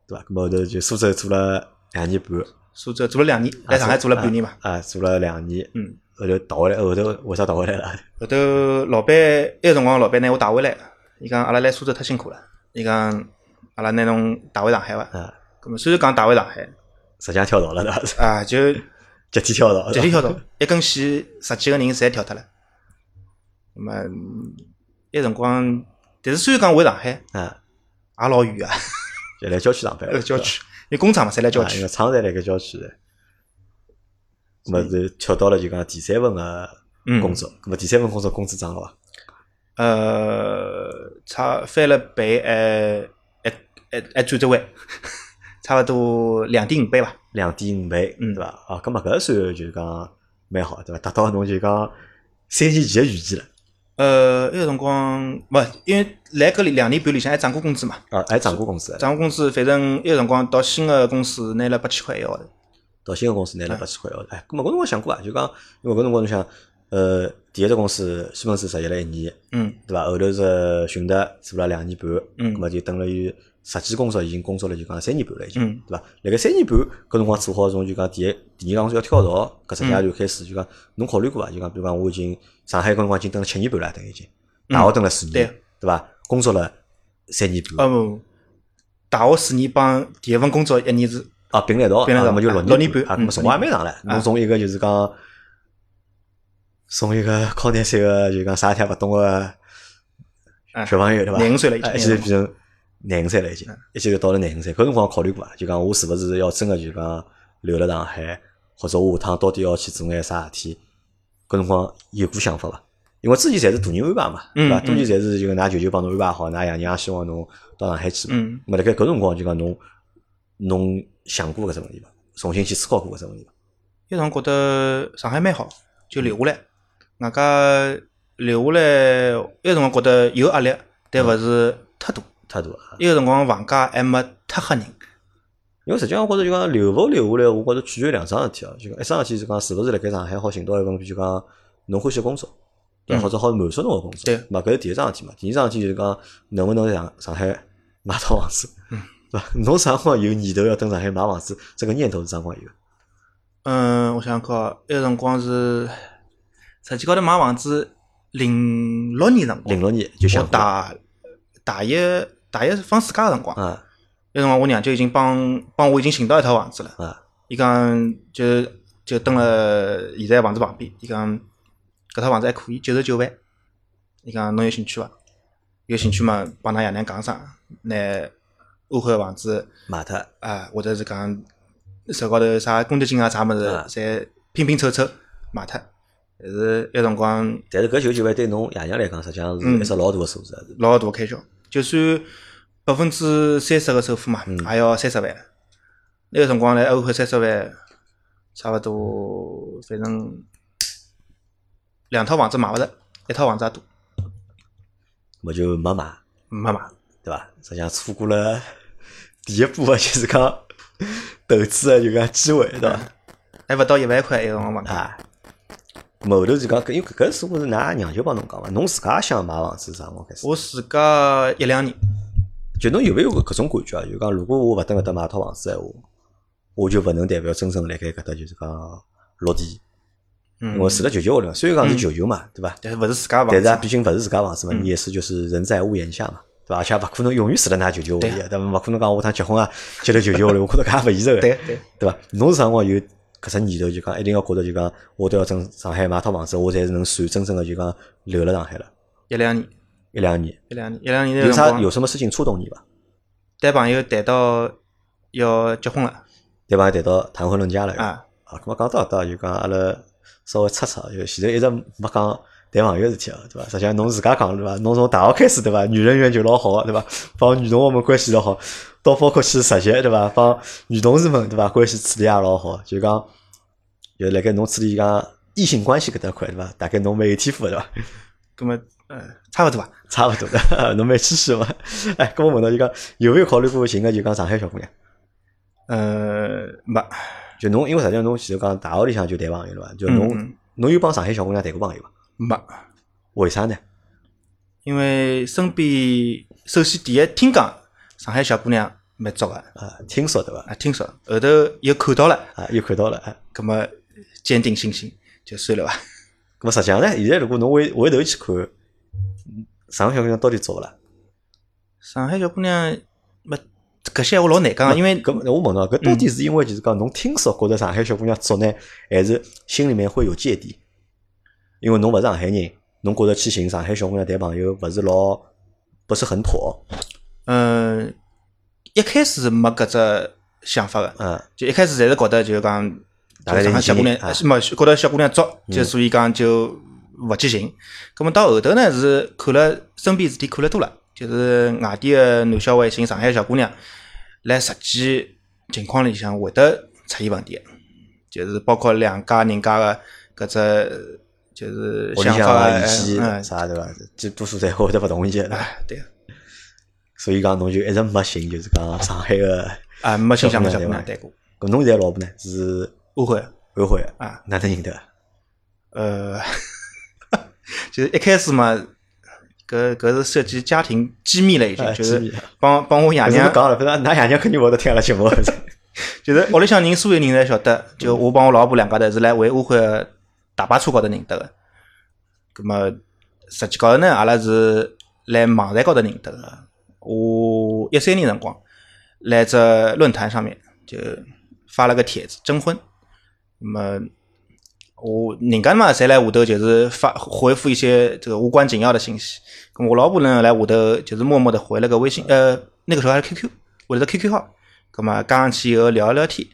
A: 对伐？咁么后头就苏州做了两年半，
B: 苏州做了两年，来上海做了半年嘛，
A: 啊，做了两年，
B: 嗯，
A: 后头倒回来，后头为啥倒回来了？ <laughs>
B: 后头老板埃个辰光，老板拿我带回来个，伊讲阿拉来苏州太辛苦了，伊讲阿拉拿侬带回上海伐？
A: 啊，
B: 咁么虽然讲带回上海，
A: 实际上跳槽了，对 <laughs> 伐？
B: 啊就
A: 集体跳槽，
B: 集体跳 <laughs> 槽，一根线十几个人侪跳脱了。咁么埃辰光，但是虽然讲回上海，
A: <laughs> 啊，
B: 也老远啊， <laughs>
A: 就来郊区上班啊
B: 呃
A: 了，
B: 郊区，因为工厂嘛，侪来郊
A: 啊，因
B: 区
A: 为。厂在辣盖郊区的，咁么就跳到了就讲第三份个
B: 嗯
A: 工作，咁么第三份工作工资涨了伐？
B: 呃，差翻了倍，呃，还还还转折弯， <laughs> 差勿多两点五倍伐。
A: 两点五倍，
B: 嗯
A: 对伐？啊，咁么搿算就讲蛮好，对伐？达到侬就讲三年前个预期了，
B: 呃，那个辰光勿，因为来搿里两年半里向还涨过工资嘛，
A: 啊，还涨过工资，
B: 涨过工资，反正那个辰光到新个公司拿了八千块一个号头。
A: 到新个公司拿了八千块
B: 嗯
A: 哦。哎，咁么搿辰光想过啊，就讲因为搿辰光侬想，呃，第一只公司西门子实习了一年，
B: 嗯
A: 对伐？后头是寻得做了两年半，
B: 嗯
A: 咁么就等了有实际工作已经工作了就讲三年半了已经，
B: 嗯
A: 对伐？辣盖三年半搿辰光做好从就讲第一第二趟是要跳槽搿
B: 嗯
A: 只阶段开始，就讲侬考虑过伐？就讲比如讲我已经上海搿辰光已经蹲了七年半了，等于已经大学蹲了四年
B: 嗯对，
A: 对伐？工作了三年半
B: 哦不，大学四年帮第一份工作一年是，
A: 啊，并了一道，
B: 并了一道
A: 那么就
B: 啊
A: 六
B: 六
A: 年
B: 年
A: 啊，
B: 半
A: 那么
B: 嗯
A: 辰光还蛮长唻。侬从一个就是讲，从一个高廿三个就讲啥也勿懂个
B: 啊
A: 小朋友对伐？
B: 廿五岁了已经
A: 哎一记头变成廿五岁了已经，
B: 嗯
A: 一记头到了廿五岁。搿辰光考虑过伐？就讲我是勿是要真个就讲留辣上海，或者我下趟到底要去做眼啥事体？搿辰光有过想法伐？因为之前侪是大人安排嘛，对伐？
B: 嗯嗯
A: 大人侪是就讲㑚舅舅帮侬安排好，㑚爷娘希望侬到上海去嘛。
B: 嗯，
A: 那么辣盖搿辰光就讲侬侬想过搿只问题伐？重新去思考过搿只问题伐？
B: 那辰光觉得上海蛮好，就留下来。外加留下来，那辰光觉得有压力，但勿是太大。
A: 态度啊，
B: 那个辰光房价还没太吓人。
A: 因为实际上我觉着就讲留勿留下来，我觉着取决于两桩事体哦。就讲一桩事体是讲是勿是辣盖上海好寻到一份，比如讲侬欢喜的工作，对伐
B: 嗯
A: 或者好满足侬个工作，
B: 对
A: 嘛搿是第一桩事体嘛。第二桩事体就是讲能勿能在上上海买套房子，
B: 嗯
A: <laughs> 对伐？侬啥辰光有念头要蹲上海买房子，这个念头是啥辰
B: 哦
A: 光有？
B: 嗯，我想想看啊，那个辰光是实际高头买房子，零六年辰光
A: 零，六年就
B: 我
A: 想过
B: 哦大大一大一放暑假个辰光，
A: 啊
B: 那辰光我娘就已经帮帮我已经寻到一套房子了。
A: 啊
B: 伊讲就就蹲了现在房子旁边，伊讲搿套房子还可以，九十九万。伊讲侬有兴趣伐？有兴趣嘛？帮㑚爷娘讲声，拿安徽个房子
A: 买脱
B: 啊，或者是讲手高头啥公积金啊啥物事
A: 啊，
B: 侪拼拼凑凑卖脱。但是那辰光
A: 但是搿九十九万对侬爷娘来讲，实际上是
B: 嗯
A: 一只老大个数字。啊
B: 老大开销，就算百分之三十个首付嘛，
A: 嗯
B: 也要三十万。那个辰光来安徽三十万，差勿多，反正两套房子买勿着，一套房子也多，
A: 我就没买，
B: 没买。
A: 对伐？实际上错过了 <laughs> 第一步啊，就是讲投资的就讲机会，对伐？
B: 还勿到一万块一个辰光房价，
A: 啊，咁么后头就讲，搿因为搿似乎是㑚娘舅帮侬讲嘛，侬自家想买房子是啥辰光开始？
B: 我自家一两年，
A: 就侬有没有搿种感觉啊？就讲如果我勿等搿搭买套房子闲话，我就勿能代表真正辣盖搿搭就是讲落地。
B: 嗯
A: 因，为住辣舅舅屋里嘛，虽然讲是舅舅嘛，对伐？
B: 但是勿是自家房
A: 但是啊，
B: 子，
A: 毕竟勿是自家房子嘛，
B: 嗯
A: 你也是就是人在屋檐下嘛，对伐？而且勿可能永远住辣㑚舅舅屋里
B: 对
A: 啊，对伐？勿可能讲我趟结婚啊，接到舅舅屋里，我觉着搿也勿现实个，
B: 对对，
A: 对伐？侬是啥辰光有搿只念头，就讲一定要觉着就讲，我都要真上海买套房子，我才是能算真正的就讲留辣上海了
B: 一两年，
A: 一两年。
B: 一两年，一两年那
A: 有
B: 个辰
A: 啥有
B: 光，
A: 什么事情触动你伐？
B: 带朋友谈到要结婚了
A: 对伐？谈到谈婚论嫁了
B: 啊，
A: 啊，咁么讲到搿搭就讲阿拉稍微出出，就前头一直没讲谈朋友事体啊，对伐？实际上侬自家讲对伐？侬从大学开始对伐？女人缘就老好对伐？帮女同学们关系老好，到包括去实习对伐？帮女同事们对伐？关系处理也老好，就讲就辣盖侬处理讲异性关系搿搭块对伐？大概侬蛮有天赋的对伐？
B: 葛么呃差勿多伐？
A: 差勿多的， <laughs> 侬蛮谦虚嘛。哎，咁我问到就讲有没有考虑过寻个就讲上海小姑娘？
B: 呃没，
A: 就侬因为实际上侬前头讲大学里向就谈朋友了伐？就
B: 嗯
A: 侬
B: 嗯
A: 侬有帮上海小姑娘谈过朋友伐？
B: 没，
A: 为啥呢？
B: 因为身边首先第一听讲上海小姑娘蛮足个，
A: 啊，听说对伐？
B: 啊听说，后头又看到了，
A: 啊，又看到了。啊，
B: 葛么坚定信心就算了伐。
A: 咁么实际上呢，现在如果侬回回头去看，上海小姑娘到底做勿啦？
B: 上海小姑娘没搿些闲话老难讲，因为
A: 咁我问侬，搿到底是因为就是讲侬听说觉得上海小姑娘作呢，还是心里面会有芥蒂？因为侬勿是上海人，侬觉得去寻上海小姑娘谈朋友勿是老不是很妥？
B: 嗯、一开始是没搿只想法个，
A: 啊
B: 就一开始侪是觉得就是讲就上海小姑娘，呃
A: 啊
B: 是嘛觉得小姑娘作，就所以讲就勿去寻。咁么到后头呢是看了身边事体看了多了，就是外地的男小孩寻上海小姑娘，来实际情况里向会得出现问题，就是包括两家人家的搿只就是
A: 屋里
B: 想
A: 向
B: 法
A: 啊、
B: 的
A: 意
B: 哎
A: 见
B: 嗯，
A: 啥对伐？这多数侪会得勿同意见的，
B: 哎对。
A: 所以讲侬就一直没寻，就是讲上海个。
B: 啊，没心想过
A: 小
B: 小
A: 姑
B: 姑
A: 娘
B: 娘对过，
A: 搿侬现在老婆呢是
B: 误会。
A: 安徽的
B: 啊，
A: 哪能认得的？
B: 呃，就是一开始嘛，搿搿是涉及家庭机密了，已经
A: 哎
B: 就
A: 机密
B: 是帮帮我爷
A: 反正
B: 啊娘
A: 侬，讲了，反正㑚爷娘肯定勿会得听阿拉节目。
B: <laughs> 就是屋里向人所有人侪晓得，就我帮我老婆两家头是来回乌会大巴车高头认得个。葛么实际高头呢，阿拉是来网站高头认得个。我一三年辰光，来只论坛上面就发了个帖子征婚，那么我人家嘛，侪来下头就是发回复一些这个无关紧要的信息。咁我老婆呢来下头就是默默的回了个微信，呃，那个时候还是 QQ，我的 QQ 号。咁么加上去以后聊一聊天，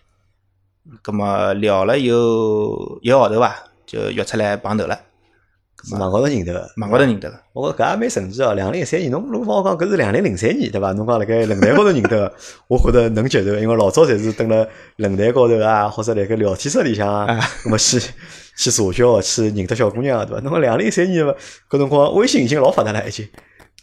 B: 咁么聊了有一个号头吧，就约出来碰头了，
A: 是网高头认得的。
B: 网高头认得了。
A: 我觉得搿也蛮神奇哦，两零一三年，侬侬帮我讲搿是两零零三年对伐？侬讲辣盖论坛高头认得的， <laughs> 我觉得能接受，因为老早侪是蹲辣论坛高头啊，或者辣盖聊天室里向啊，葛么去去社交去认得小姑娘对伐？侬讲两零一三年嘛，搿辰光微信已经老发达了，已经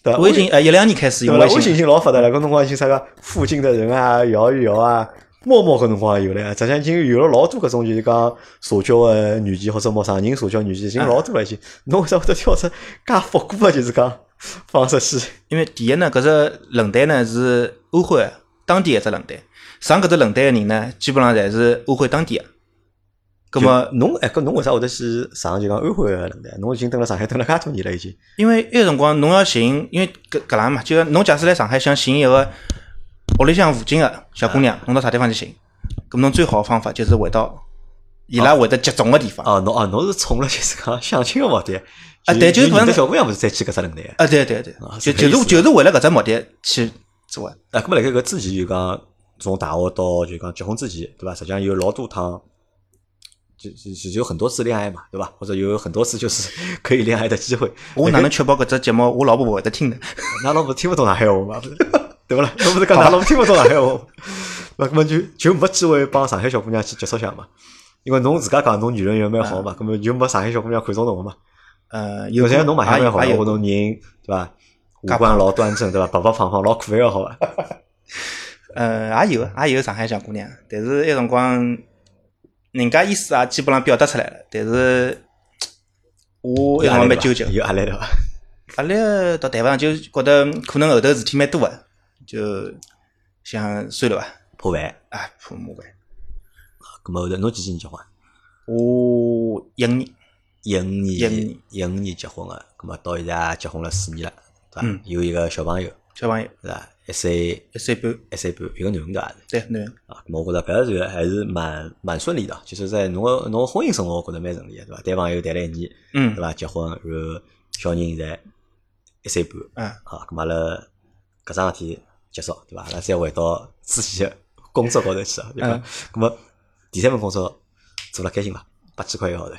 A: 对伐？
B: 微信呃一两年开始有
A: 对啦，微
B: 信
A: 信已
B: 了，
A: 经老发达了，搿辰光已经啥个附近的人啊，摇一摇啊，陌陌搿辰光也有了，实际上已经有了老多搿种就是讲社交个软件或者陌生人社交软件已经老多了，已经。侬为啥会得挑出介复古个就是讲方式去？
B: 因为第一呢，搿只论坛呢是安徽的当地的一只论坛，上搿只论坛的人呢，基本上侪是安徽当地的。咁么
A: 就，侬哎，搿侬为啥会得去上就讲安徽个论坛？侬已经蹲辣上海蹲了介多年了，已经。
B: 因为埃个辰光侬要寻，因为搿搿能嘛，就讲侬假使来上海想寻一个屋里向附近的小姑
A: 嗯
B: 娘，侬到啥地方去寻？咁侬最好的方法就是回到伊拉会得集中的地方。
A: 哦，侬哦，侬是冲了就是讲相亲个目的。
B: 啊对就是
A: 你
B: 可
A: 的
B: 能
A: 小姑娘勿是再去搿只论坛。
B: 啊，对对对
A: 啊，
B: 就是
A: 搿
B: 就
A: 意
B: 是
A: 思
B: 就是为了搿只目的去做的。
A: 啊，咁么辣盖搿之前就讲从大学到就讲结婚之前，对伐？实际上有老多趟，就就就有很多次恋爱嘛，对伐？或者有很多次就是 <laughs> 可以恋爱的机会。
B: 我哪能确保搿只节目我老婆勿会得听呢？
A: 那老婆听勿懂上海话嘛？ <laughs> 对勿啦？侬勿是讲㑚老婆听勿懂上海话嘛？那搿么就就没机会帮上海小姑娘去接触下嘛？因为侬自家讲侬语言也蛮好嘛，搿么就没上海小姑娘看中侬个嘛？
B: 呃，
A: 有
B: 啊有
A: 些侬马相蛮好，
B: 也
A: 的，
B: 也
A: 我
B: 有
A: 侬人对伐？五官老端正对伐？白白胖胖老可爱个好啊伐？
B: 呃，也有也有上海小姑娘，但是埃辰光人家意思也基本上表达出来了，但是我埃辰光蛮纠结的。
A: 有压力对伐？
B: 阿拉到台湾就觉得可能后头事体蛮多个，就想算了吧，
A: 怕烦。
B: 啊，怕麻烦。
A: 咁么后头侬几几年结婚？
B: 我一五年，
A: 一五年
B: 15，
A: 一五年结婚个，咁么到现在也结婚了四年了，对伐
B: 嗯？
A: 有一个小朋友，
B: 小朋友
A: 对伐？一岁
B: 一岁半，
A: 一岁半，一个囡儿
B: 对，男的，
A: 啊，咁我觉着搿是还是蛮蛮顺利的，就是在侬个侬个婚姻生活，我觉着蛮顺利的，对伐？谈朋友谈了一年，
B: 嗯
A: 对，伐？结婚，然后小人现在一岁半，
B: 啊，
A: 啊，咁阿拉搿桩事体结束，对伐？阿拉再回到之前个工作高头去啊，对伐
B: 嗯？
A: 咁么第三份工作做了开心伐？八千块一个号头，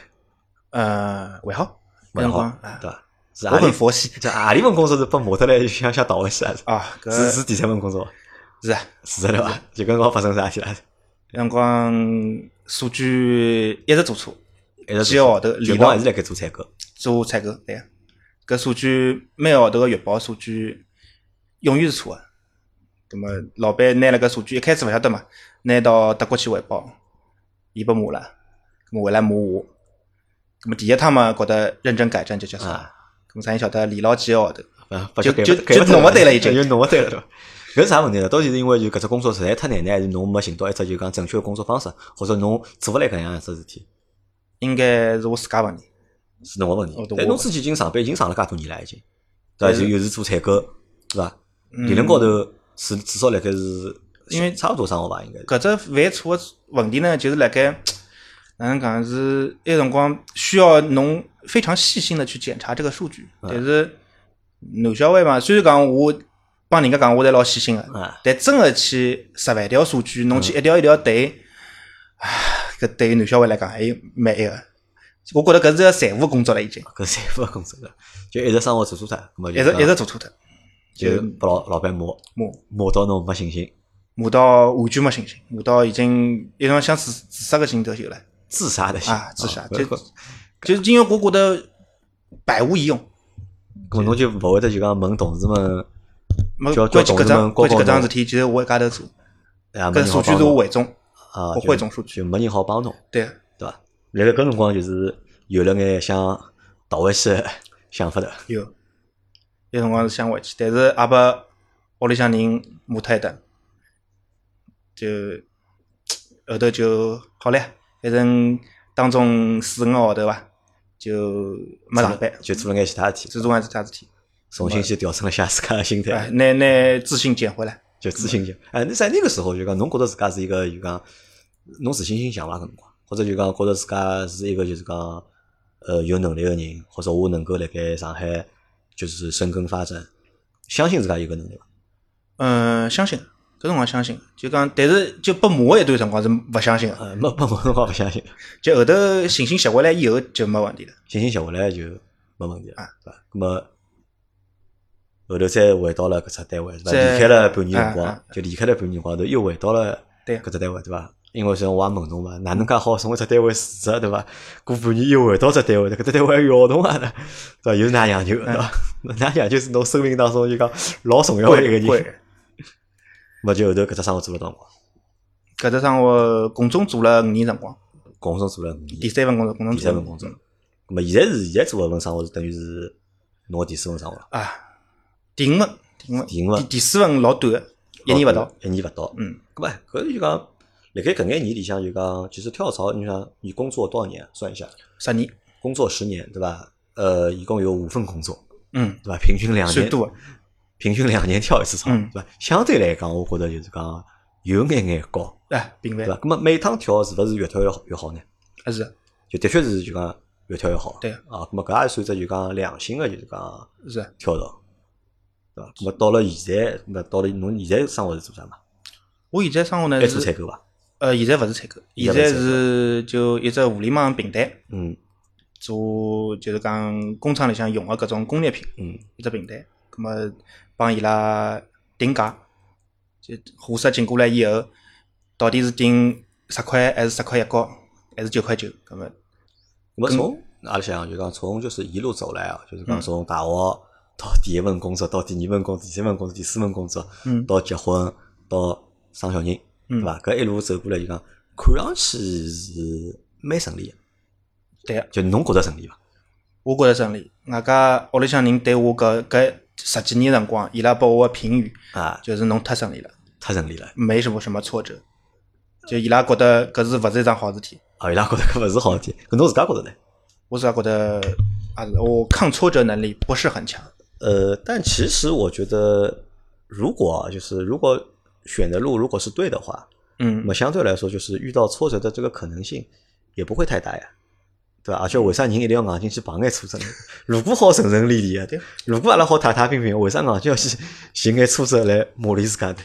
B: 呃，还好，埃
A: 蛮
B: 辰
A: 好
B: 光，啊，
A: 对伐？是
B: 我
A: 阿里
B: 很佛系
A: 这阿里份工作是被模特来想想倒回去了，
B: 啊，搿
A: 是是第三份工作，
B: 是啊，
A: 是的对伐？就跟我发生啥事体啊了？
B: 埃辰光数据一直做错，
A: 一直
B: 几个号头
A: 结
B: 连
A: 果
B: 到
A: 还是辣盖做采购，
B: 做采购，对个，搿数据每个号头个月报数据永远是错个。葛么老板拿了搿数据，一开始勿晓得嘛，拿到德国去汇报，伊拨骂了，葛么回来骂我。葛么第一趟嘛，觉得认真改正就结束了
A: 啊。
B: 葛么啥人晓得连牢几个号头，
A: 啊，发
B: 就
A: 觉
B: 就
A: 改不改不
B: 就弄勿对了已经
A: 就弄勿对了，对伐？搿是啥问题呢？到底是因为就搿只工作实在太难呢，还是侬没寻到一只就讲正确的工作方式，或者侬做勿来搿样一只事体，
B: 应该是我自家问题。
A: 是侬个问
B: 哦
A: 题
B: 对？
A: 但
B: 我
A: 侬自己已经上班已经上了介多年了，已经，对
B: 但
A: 伐？
B: 是
A: 就又是做采购，对伐？
B: 嗯
A: 理论高头是至少辣盖是，
B: 因为
A: 差勿多生活吧，应该是。
B: 搿只犯错个问题呢，就是辣盖哪能讲是埃辰光需要侬非常细心的去检查这个数据，但是男小孩嘛，虽然讲我帮人家讲我侪老细心个
A: 啊，
B: 但真个去十万条数据，侬去一条一条对，唉，搿对于男小孩来讲还蛮埃个。我觉着搿是个财务工作了，已经
A: 搿财富工作了， <laughs> 就一直生活做错脱，咾么
B: 一
A: 就
B: 直一直做错脱，
A: 就被老老板骂
B: 骂
A: 骂到侬没信心，
B: 骂到完全没信心，骂到已经有种想自自杀个心头有了
A: 自杀的心
B: 啊，自杀。就
A: 就
B: 就因为我觉得百无一用，
A: 咾侬就勿会得就讲问同事们，
B: 没
A: 叫
B: 关
A: 叫同
B: 键搿
A: 事
B: 桩
A: 们
B: 关键
A: 告告
B: 搿桩
A: 侬
B: 事体，其实我一家头做，
A: 啊，没
B: 搿
A: 人好
B: 数据
A: 帮
B: 是
A: 侬
B: 我汇总，
A: 啊，
B: 我汇总数据，
A: 就没人好帮侬。
B: 对。啊
A: 对伐？辣盖搿辰光就是有了眼想逃回去的想法的，
B: 有，有辰光是想回去，但是也被屋里向人骂脱一顿，就后头就好了。反正当中四五个号头伐，就没上班，
A: 就做了眼其他事体，
B: 做做完其他事体，
A: 重新去调整了一下自家的心
B: 哎
A: 态，，
B: 拿拿自信捡回来。
A: 就自信心。哎，你在那个时候就讲，侬觉得自家是一个就讲，侬自信心强伐？搿辰光，或者就讲觉得自家是一个就是讲，呃，有能力个人，或者我能够辣盖上海就是生根发展，相信自家有搿能力伐？
B: 嗯，相信，搿辰光相信，就讲，但是就被骂一段辰光是勿相信个，
A: 呃，没没没辰光勿相信，
B: 就后头信心习惯了以后就没问题了。
A: 信心学下来就没问题了
B: 啊，
A: 对伐？那么后头再回到了搿只单位，是伐？
B: 再
A: 离开了半年辰
B: 啊
A: 光
B: 啊，
A: 就离开了半年辰光，后头又回到了
B: 对
A: 搿只单位，对伐？因为像我也问侬嘛，哪能介好从搿只单位辞职，对伐？过半年又回到只单位，搿只单位还要侬啊，对伐？又是㑚娘舅，对
B: 啊
A: 伐？ <laughs> 㑚娘舅是侬生命当中就讲老重要的一个
B: 贵
A: 人，么就后头搿只生活做了多少辰光？
B: 搿只生活共中做了五年辰光，
A: 共同做了五年，
B: 第三份工作共中
A: 第
B: 做
A: 三
B: 了
A: 份工
B: 五年
A: 作。那么现在是现在做搿份生活是等于是侬个第四份生活了。
B: 啊，第五个，第五个，
A: 第五个
B: 第第四份老短个，一年勿到。，
A: 一年勿到。
B: 嗯，
A: 咁啊，搿就讲，辣盖搿眼年里向就讲，其实跳槽，你想你工作多少年？算一下，
B: 十年，
A: 工作十年，对伐？呃，一共有五份工作，
B: 嗯，
A: 对伐？平均两
B: 算
A: 年，
B: 多个，
A: 平均两年跳一次槽，
B: 嗯
A: 对伐？相对来讲，我觉得就是讲有眼眼高，
B: 哎，并
A: 对
B: 勿
A: 伐？咁么每趟跳是勿是越跳越好越好呢？
B: 还是啊
A: 就的确是就讲越跳越好。
B: 对
A: 啊，咁么搿也算只就讲良性个，就是讲
B: 是。啊
A: 跳槽，对伐？咁么到了现在，咁么到了侬现在生活是做啥嘛？
B: 我现在生活呢
A: 还做采
B: 是，
A: 购伐？
B: 呃，现在勿是采购，
A: 现
B: 现
A: 在勿
B: 在
A: 是采购
B: 是就一只互联网平台，
A: 嗯
B: 做就是讲工厂里向用个搿种工业品，
A: 嗯。
B: 一只平台，葛么帮伊拉定价，就货色进过来以后，到底是定十块还是十块一角，还是九块九？葛么
A: 那么从阿拉想就讲从就是一路走来啊，就是讲
B: 嗯
A: 从大学到第一份工作，到第二份工作，第三份工作，第四份工作，
B: 嗯
A: 到结婚，到生小人，
B: 嗯
A: 对伐？搿一路走过来就讲，看上去是蛮顺利的，
B: 对个。
A: 就侬觉着顺利伐？
B: 我觉着顺利。外加屋里向人对我搿搿十几年辰光，伊拉拨我个评语
A: 啊，
B: 就是侬太顺利了，
A: 太顺利了，
B: 没什么什么挫折。就伊拉觉得搿是勿是一桩好事体，
A: 啊，伊拉觉着搿勿是好事体，搿侬自家觉着呢？
B: 我自家觉得啊，我抗挫折能力不是很强。
A: 呃，但其实我觉得，如果啊就是如果选的路如果是对的话，那
B: 嗯
A: 么相对来说，就是遇到挫折的这个可能性也不会太大呀，对吧？而且为啥人一定要硬劲去碰眼挫折呢？如果好顺顺利利啊，对，如果阿拉好踏踏平平，为啥硬劲要去寻眼挫折来磨砺自家呢？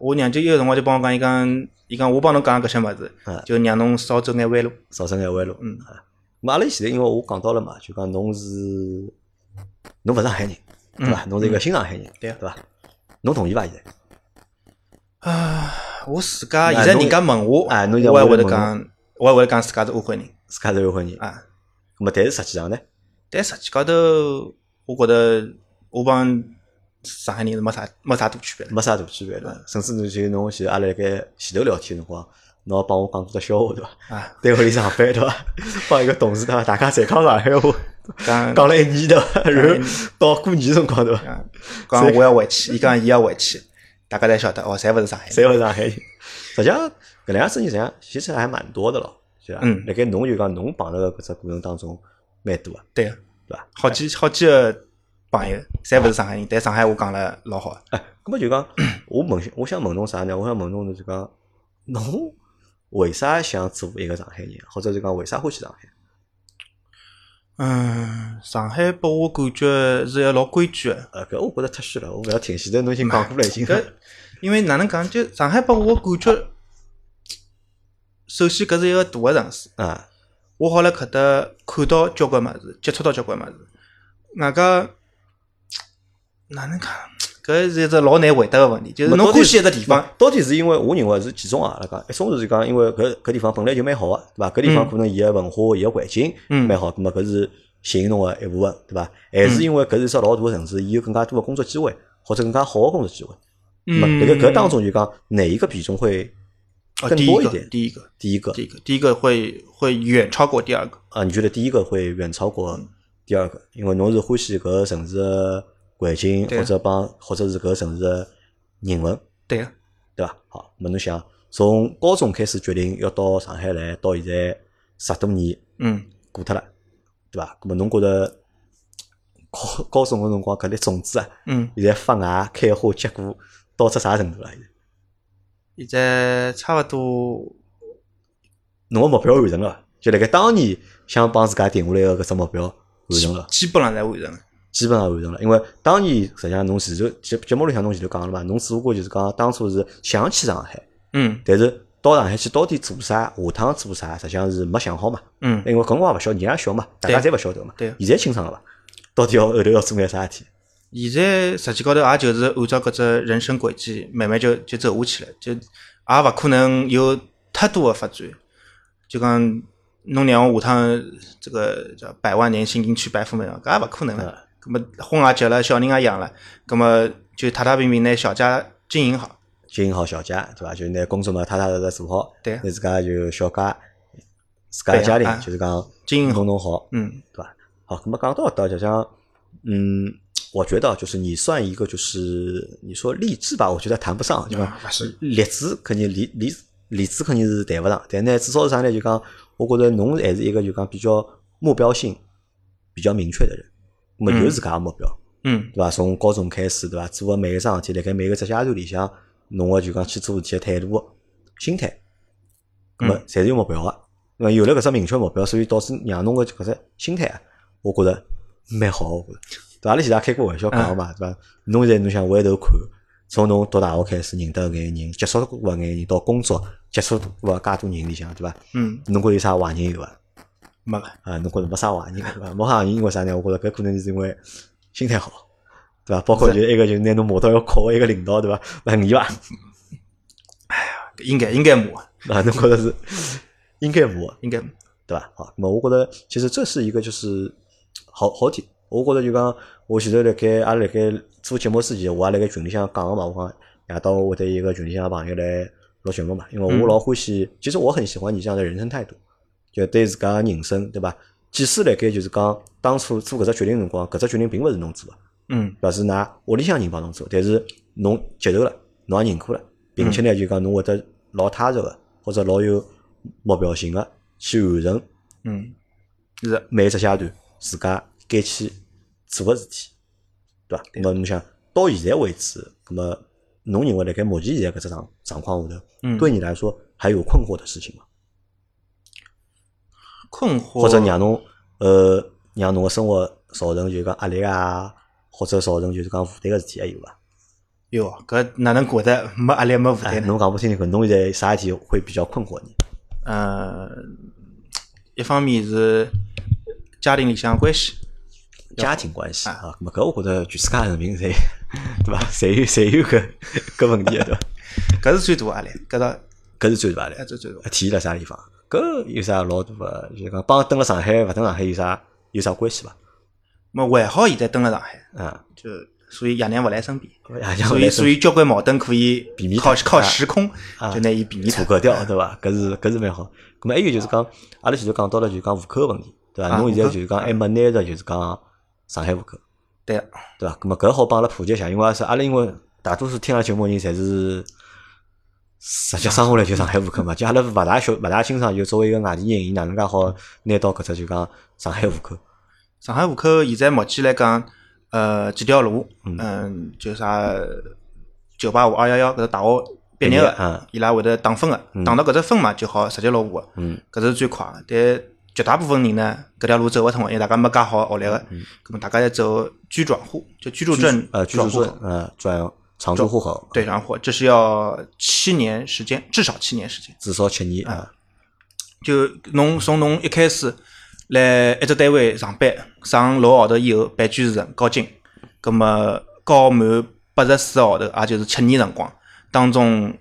B: 我娘舅有辰光就帮我讲，伊讲伊讲我帮侬讲搿些物事
A: 嗯，
B: 就让侬少走眼弯路。
A: 少走眼弯路。
B: 嗯
A: 啊，咁阿拉现在因为我讲到了嘛，就讲侬是侬勿是上海人，对伐？侬是一个新上海人，
B: 嗯对啊
A: 伐？侬同意伐？现在
B: 啊，我自家
A: 哎
B: 现在
A: 侬
B: 人家问我，我
A: 哎
B: 还
A: 侬现在
B: 会
A: 问
B: 得
A: 侬
B: 讲，我还会得讲自家是安徽人
A: 自家是安徽人，
B: 啊。
A: 咁么但是实际上呢，
B: 但实际高头，我觉得我帮上海人是没啥没啥大区别的。
A: 没啥大区别
B: 嗯
A: 的，甚至侬就侬其实阿拉辣盖前头聊天的辰光，侬也帮我讲过只笑话，对伐？
B: 啊，
A: 单位里上班 <laughs> 对伐？帮一个同事对伐？大家侪讲上海话， <laughs>
B: 讲
A: 讲了哦一年对伐？
B: 一
A: 然
B: 年
A: 后到过年辰光对伐？
B: 啊讲我要回去，伊讲伊要回去，大家侪晓得哦，侪勿是上海人。
A: 侪勿是上海人。实际上，搿两样事情实际上其实还蛮多的咯，是吧？
B: 嗯
A: 辣盖侬就讲侬碰到的搿只过程当中，蛮多的，
B: 对个，
A: 对伐？
B: 好几好几个朋友侪勿是上海人，但上海话讲了老好。
A: 哎，搿么就讲， <coughs> 我问，我想问侬啥呢？我想问侬就是讲，侬为啥想做一个上海人，或者是讲为啥欢喜上海？
B: 嗯，上海拨我感觉是一个老规矩个。
A: 呃，搿我觉着太虚了，我勿要听。前头侬已经讲过了，已经。
B: 搿因为哪能讲，就上海拨我感觉首先搿是一个大个城市，
A: 啊，
B: 我好辣搿搭看到交关物事，接触到交关物事。外加哪能讲？搿是一只老难回答个问题，就是侬
A: 到底
B: 欢喜一只地方，
A: 到底是因为我认为是几种啊？来讲，一种是讲因为搿搿地方本来就蛮好个，对伐？搿地方
B: 嗯
A: 可能伊个文化、伊个环境
B: 嗯
A: 蛮好，那么搿是吸引侬个一部分，对伐？还是因为搿是一只老大个城市，伊有更加多个工作机会，或者更加好个工作机会。那么
B: 嗯，
A: 搿个搿当中就讲哪一个比重会
B: 哦，
A: 更
B: 第一
A: 多一
B: 个
A: 点？
B: 第一个，
A: 第一个
B: 第一个，第一个会会远超过第二个。
A: 啊，你觉得第一个会远超过第二个？因为侬是欢喜搿个城市个环境，
B: 对啊
A: 或者帮或者是搿个城市个人文，
B: 对个，
A: 对伐？好，那么侬想从高中开始决定要到上海来，到现在十多年
B: 嗯，
A: 过脱了，对伐？那么侬觉得高高中个辰光搿粒种子啊，
B: 嗯，
A: 现在发芽、开花、结果，到只啥程度了？现在
B: 现在差勿多，
A: 侬个目标完成了伐，就辣盖当年想帮自家定下来个搿只目标完成了伐。
B: 基本上侪完成了。
A: 基本上完成了。因为当年实际上侬前头节节目里向侬前头讲了嘛，侬只不过就是讲当初是想去上海，
B: 嗯
A: 但是到上海去到底做啥，下趟做啥，实际上是没想好嘛。
B: 嗯，
A: 因为搿辰光也勿晓，年也小嘛，大家侪
B: 对
A: 勿晓得嘛。
B: 对
A: 现在清爽了伐？到底要后头要做眼啥事体？
B: 现在实际高头也就是按照搿只人生轨迹慢慢就就走下去了，就也勿可能有太多的发展。就讲侬让我下趟这个叫百万年薪金去白富美了，搿也勿可能了。葛么婚也结了，小人也养了，葛么就踏踏平平拿小家经营好。
A: 经营好小家，对伐？就是拿工作嘛，踏踏实实做好，
B: 对啊
A: 拿自家就小家，自家的家
B: 对啊
A: 庭
B: 啊
A: 就是讲
B: 经营好
A: 弄弄好，
B: 嗯
A: 对吧？好，那么讲到搿搭，就像，嗯，我觉得就是你算一个，就是你说励志吧，我觉得谈不上，对吧？
B: 啊勿是
A: 励志肯定励励励志肯定是谈不上，但呢，至少是啥呢？就讲，我觉得侬还是一个就讲比较目标性比较明确的人，那么有自家的目标，
B: 嗯
A: 对伐？从高中开始，对伐？做个每一桩事体，辣盖每个只阶段里向，侬个就讲去做事体个态度、心态，咁么
B: 嗯
A: 侪是有目标个。那么有了搿只明确目标，所以导致让侬个搿只心态啊，我觉着蛮好，我觉着。对伐？阿拉前头也开过玩笑讲个嘛，对伐？侬现在侬想回头看，从侬读大学开始认得搿眼人，接触过搿眼人，到工作接触过介多人里向，对伐？
B: 嗯，
A: 侬觉着有啥坏人有伐？
B: 没个。
A: 啊，侬觉着没啥坏人，对伐？没啥坏人，因为啥呢？我觉着搿可能就是因为心态好，对伐？包括就是一个就是拿侬磨到要考的一个领导，对伐？那你伐？
B: 应该应该没，
A: <laughs> 啊，侬觉着是应该啊磨，
B: 应该
A: 对伐？好，那么我觉着其实这是一个就是好好点。我觉着就讲，我前头辣盖阿拉辣盖做节目之前，我也辣盖群里向讲个嘛，我讲夜到我会得一个群里向个朋友来录节目嘛，因为
B: 嗯
A: 我老欢喜，其实我很喜欢你这样的人生态度，就对自家人生，对伐？即使辣盖就是讲当初做搿只决定的辰光，搿只决定并勿是侬做个，
B: 嗯
A: 对伐？是㑚屋里向人帮侬做，但是侬接受了，侬也认可了，并且呢就讲侬会得老踏实个，或者老有目标性个去完成
B: 嗯是
A: 每一只阶段自家该去做个事体，对伐？那么侬想到现在为止，那么侬认为辣盖目前现在搿只状状况下头，
B: 嗯
A: 对你来说还有困惑的事情吗？
B: 困惑
A: 或者让侬呃让侬个生活造成就是讲压力啊，或者造成就是讲负担个事体还有啊伐？
B: 哟，搿哪能觉得没压力没负
A: 哎，
B: 担呢？
A: 侬讲拨听听看，侬现在啥事体会比较困惑你？
B: 呃，一方面是家庭里向的关系，
A: 家庭关系啊，咁么搿我觉着全世界人民侪对伐？侪有侪有搿搿问题个对伐？
B: 搿是最大的压力，搿倒
A: <laughs> 搿是最大的
B: 搿。是最大的。
A: 体现辣啥地方？搿有啥老大个？就是讲帮蹲辣上海，勿蹲上海有啥有啥关系伐？
B: 么还好现在蹲辣上海，
A: 啊，
B: 就所以爷娘勿来身边，
A: 也像
B: 所以所以交关矛盾可以
A: 避免
B: 靠
A: 它
B: 靠
A: 啊
B: 时空
A: 啊
B: 就拿伊避免
A: 错
B: 脱。
A: 割掉，对伐？搿是搿是蛮好。咁么还有就是讲，阿拉前头讲到了就是讲户口个问题，对伐？
B: 啊
A: 侬现在
B: 户口
A: 就是讲还没拿着就是讲上海户口，
B: 对啊，
A: 对伐？咁么搿好帮阿拉普及一下，因为是阿拉因为大多数听阿拉节目的人侪是。实际生活来就上海户口嘛，就阿拉勿大晓勿大清爽，就作为一个外地人，伊哪能介好拿到搿只就讲上海户口？
B: 上海户口现在目前来讲，呃，几条路，
A: 嗯
B: 嗯，就啥九八五二幺幺搿个大学毕业
A: 毕业嗯
B: 个，伊拉会得打分个
A: 嗯，
B: 打到搿只分嘛就好直接落户个。
A: 嗯，
B: 搿是最快个。但绝大部分人呢，搿条路走勿通个，因为大家没介好个学历个，葛末大家侪走居转户，就居住证
A: 呃，嗯居住
B: 转户
A: 证
B: 口，
A: 呃，转常住户口，
B: 对，转户，这是要七年时间，至少七年时间。
A: 至少七年啊。
B: 就侬从侬一开始来一只单位上班，上六个号头以后办居住证交警，葛么交满八十四个号头，也就是七年辰光，当中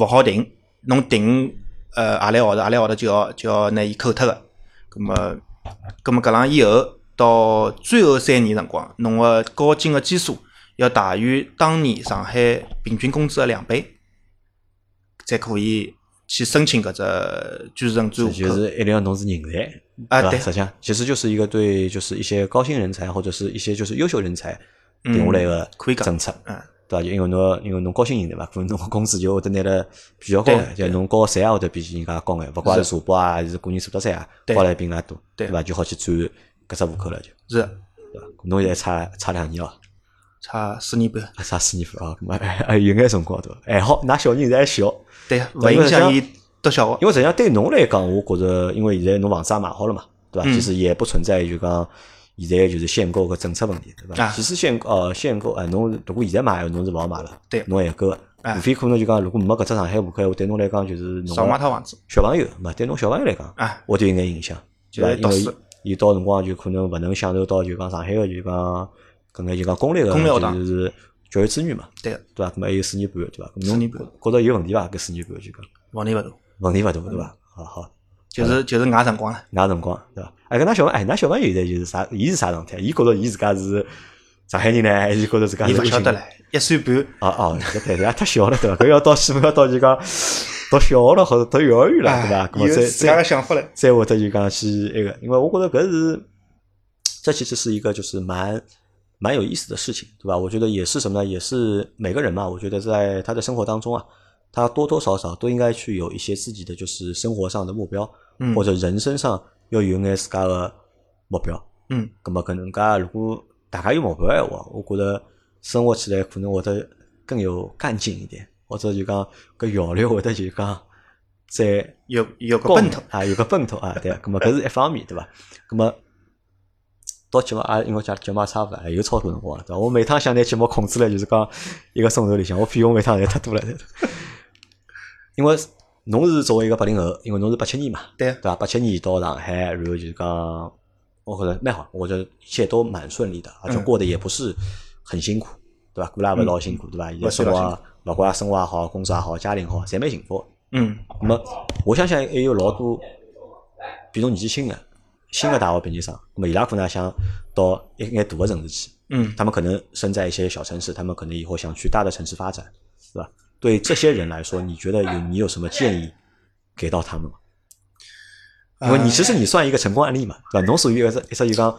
B: 勿好停，侬停呃何来号头，何来号头就要就要拿伊扣脱个，葛么葛么搿浪以后到最后三年辰光，侬个交警个基数要大于当年上海平均工资个两倍，才可以去申请搿只居住证
A: 这
B: 转户
A: 就
B: 口。
A: 是一定要侬是人才
B: 啊
A: 吧
B: 对
A: 实际上其实就是一个对就是一些高薪人才或者是一些就是优秀人才定下来个
B: 嗯可以讲
A: 政策，
B: 嗯
A: 对吧？就因为侬因为侬高薪人对伐？可能侬个工资就会得拿得比较高
B: 对
A: 眼，就侬交个税也会得比人家高眼，勿管是社保啊还是个人所得税啊，
B: 对
A: 高了比人家多，
B: 对
A: 对伐？就好去转搿只户口了，就。
B: 是
A: 对伐？侬现在差差两年哦，
B: 差四年半，
A: 差四年半啊，咾么还还 <laughs> 有眼辰光对伐？还好，㑚小人现在还小，
B: 对呀，勿
A: 对因为
B: 影响
A: 像
B: 伊读小学。
A: 因为实际上对侬来讲，我觉着，因为现在侬房子也买好了嘛，对伐？
B: 嗯
A: 其实也不存在就讲现在就是限购个政策问题，对伐？
B: 啊
A: 其实限呃限购，哎，侬如果现在买，侬是勿好买了，
B: 对
A: 侬还够个
B: 啊
A: 无非可能就讲，如果没搿只上海户口闲话，对侬来讲就是侬
B: 少买套房子
A: 小朋友嘛，对侬小朋友来讲，
B: 啊，
A: 会得有眼影响，
B: 就
A: 对伐？
B: 是
A: 因为
B: 读书
A: 伊伊到辰光就可能勿能享受到就讲上海个就讲搿眼就讲公立个
B: 公立学堂
A: 就是教育资源嘛，
B: 对个，
A: 对伐？咾么还有四年半，对伐？
B: 四
A: 侬
B: 年半
A: 觉着有问题伐？搿四年半就讲
B: 问题勿大，
A: 问题勿大，对伐？好好。
B: 就是就是挨辰光了。
A: 哪辰光对伐？哎，搿㑚小朋哎，㑚小朋友现在就是啥？伊是啥状态？伊觉着伊自家是上海人呢，还是觉着自家
B: 伊
A: 是
B: 勿
A: 北
B: 晓
A: 京
B: 得
A: 人？
B: 唻，一岁半，
A: 哦哦，搿对对，太小了对伐？搿要到起码要到就讲读小学了，或者读幼儿园了对伐？
B: 哎
A: 搿
B: 有
A: 么再
B: 自家
A: 再
B: 个想法了。
A: 再会得就讲去那个，因为我觉得搿是这其实是一个就是蛮蛮有意思的事情，对吧？我觉得也是什么呢？也是每个人嘛，我觉得在他的生活当中啊，他多多少少都应该去有一些自己的就是生活上的目标，
B: 嗯
A: 或者人生上要有眼自家的目标。
B: 嗯，
A: 咁么搿能介，如果大家有目标闲话，我觉着生活起来可能会得更有干劲一点，或者就讲搿效率会得就讲再
B: 有有个
A: 高
B: 奔
A: 眼
B: 头，
A: 啊，有个奔头啊，对啊，咁么搿是一方面，对伐？咁啊么到节目啊，因为讲节目也差勿多，哎又超过辰光了，对伐？我每趟想拿节目控制了，就是讲一个钟头里向，我费用每趟侪太多了，对伐因为侬是作为一个八零后，因为侬是八七年嘛，
B: 对啊
A: 对伐？八七年到上海，然后就是讲，我觉得蛮好，我觉得一切都蛮顺利的，而且
B: 嗯
A: 过得也不是很辛苦，对伐？过得也勿是老辛苦，对伐？现在
B: 嗯不是
A: 生
B: 老
A: 活
B: 辛
A: 啊，勿管生活也好，工作也好，家庭也好，侪蛮幸福的。
B: 嗯，
A: 那么我相信还有老多比侬年纪轻的新的大学毕业生，那么伊拉可能也想到一眼大的城市去，
B: 嗯，
A: 他们可能身在一些小城市，他们可能以后想去大的城市发展，是吧？对这些人来说，你觉得有你有什么建议给到他们吗？因为你
B: 啊
A: 其实
B: 呃
A: 你算一个成功案例嘛，对吧？侬属于一个一只就讲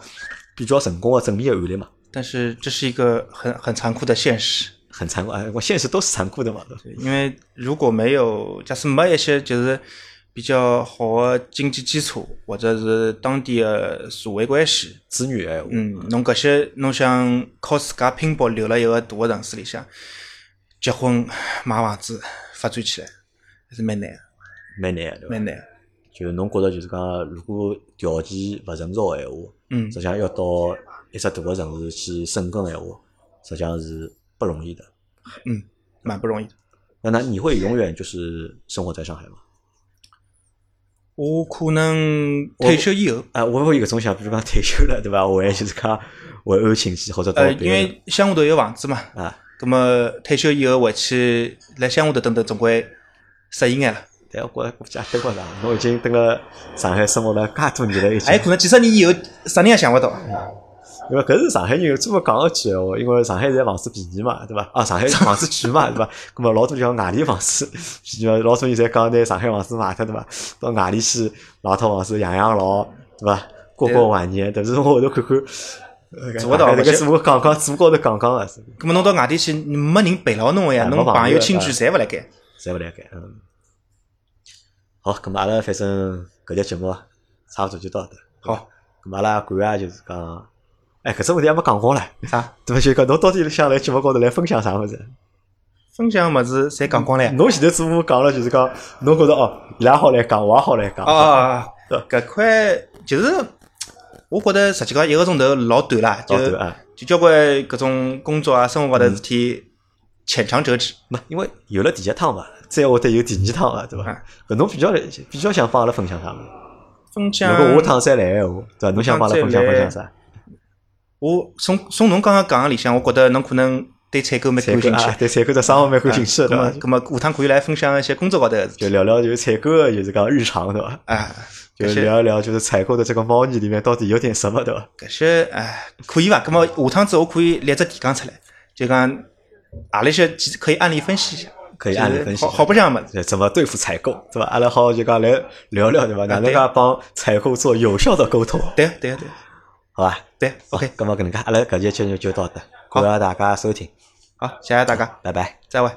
A: 比较成功的正面的案例嘛，
B: 但是这是一个很很残酷的现实，
A: 很残酷，哎，我现实都是残酷的嘛，对吧
B: 对因为如果没有，假使没一些就是比较好的经济基础，或者是当地的社会关系，
A: 子女哎，
B: 嗯，侬搿些侬想靠自家拼搏留辣一个大的城市里向，结婚、买房子、发展起来，还是蛮难的，
A: 蛮难的，对啊吧？
B: 蛮难的。
A: 就是侬觉得就是讲，如果条件勿成熟的闲话。
B: 嗯
A: 实际上要到一只大个城市去深耕的闲话，实际上是不容易的。
B: 嗯，蛮不容易的。
A: 那那你会永远就是生活在上海吗？
B: 我可能退休以后，
A: 啊，我会有搿种想，比如讲退休了，对伐？我也就是讲回安亲戚或者到
B: 呃，
A: 别
B: 因
A: 人
B: 为乡下头有房子嘛，
A: 啊，
B: 葛么退休以后回去来乡下头等等，总归适应眼了。
A: 但我觉着估计也等不上，侬已经等了上海生活了介多年了，已经
B: 还有。可能几十年以后，啥人也想勿到。
A: 因为搿是上海人专门讲一句闲话，因为上海现在房子便宜嘛，对伐？啊，上海房子贵嘛，对伐？咁么老多叫外地房子便宜嘛，老多人侪讲拿上海房子卖脱，对伐？到外地去买套房子养养老，对伐？过过晚年，但是我后头看看，呃
B: 做不到
A: 搿
B: 而且
A: 个只不过讲讲，只不过是讲讲个，是
B: 葛么侬到外地去，没人陪牢侬个呀，
A: 哎
B: 侬
A: 没
B: 朋
A: 朋
B: 友
A: 友
B: 亲眷
A: 哎
B: 侪勿辣盖。
A: 侪勿来盖。嗯，好，咁么阿拉反正搿节节目差勿多就到搿搭。
B: 好，
A: 咁么阿拉感谢就是讲，哎，搿只问题还没讲光唻，
B: 啥？
A: 对伐？就讲侬到底想来节目高头来分享啥物事？
B: 分享物事侪讲光了呀。
A: 侬前头似乎讲了，就是讲，侬觉着哦，伊拉好来讲，我也好来讲。
B: 啊，
A: 对
B: 搿块就是，我觉得实际讲一个钟头老短啦，就
A: 老短啊
B: 就交关搿种工作啊、生活高头事体浅尝辄止。
A: 没，嗯因为有了第一趟嘛，再会得有第二趟嘛，对伐？搿侬比较比较想帮阿拉分享啥物事？
B: 分享
A: 如果下趟再来闲话，对伐？侬想帮阿拉分享分享啥？
B: 我从从侬刚刚讲个里向，我觉得侬可能对采购蛮
A: 采
B: 感
A: 购
B: 兴
A: 啊
B: 趣，。
A: 对采购这生活蛮感兴趣的，
B: 咁
A: 对
B: 么
A: 伐？
B: 咁么下趟可以来分享一些工作高头的事
A: 就
B: 体。
A: 聊聊就是采购的，就是讲日常，对伐？
B: 啊，
A: 就
B: 搿些
A: 聊一聊就是采购的这个猫腻里面到底有点什么，对伐？
B: 搿些哎，可以伐？咁么下趟子我可以列只提纲出来，就讲阿拉些其实可以案例分析一下，
A: 可以案例分析
B: 就是好好不像么子。
A: 呃怎么对付采购，对伐？阿拉好就讲来聊聊，对伐？哪能
B: 对
A: 介帮采购做有效的沟通，
B: 对对对
A: 好伐？
B: 对，OK，
A: 咁么搿能介，阿拉搿节节目就到这，感谢大家收听，
B: 好，谢谢大家，
A: 拜拜。
B: 再会。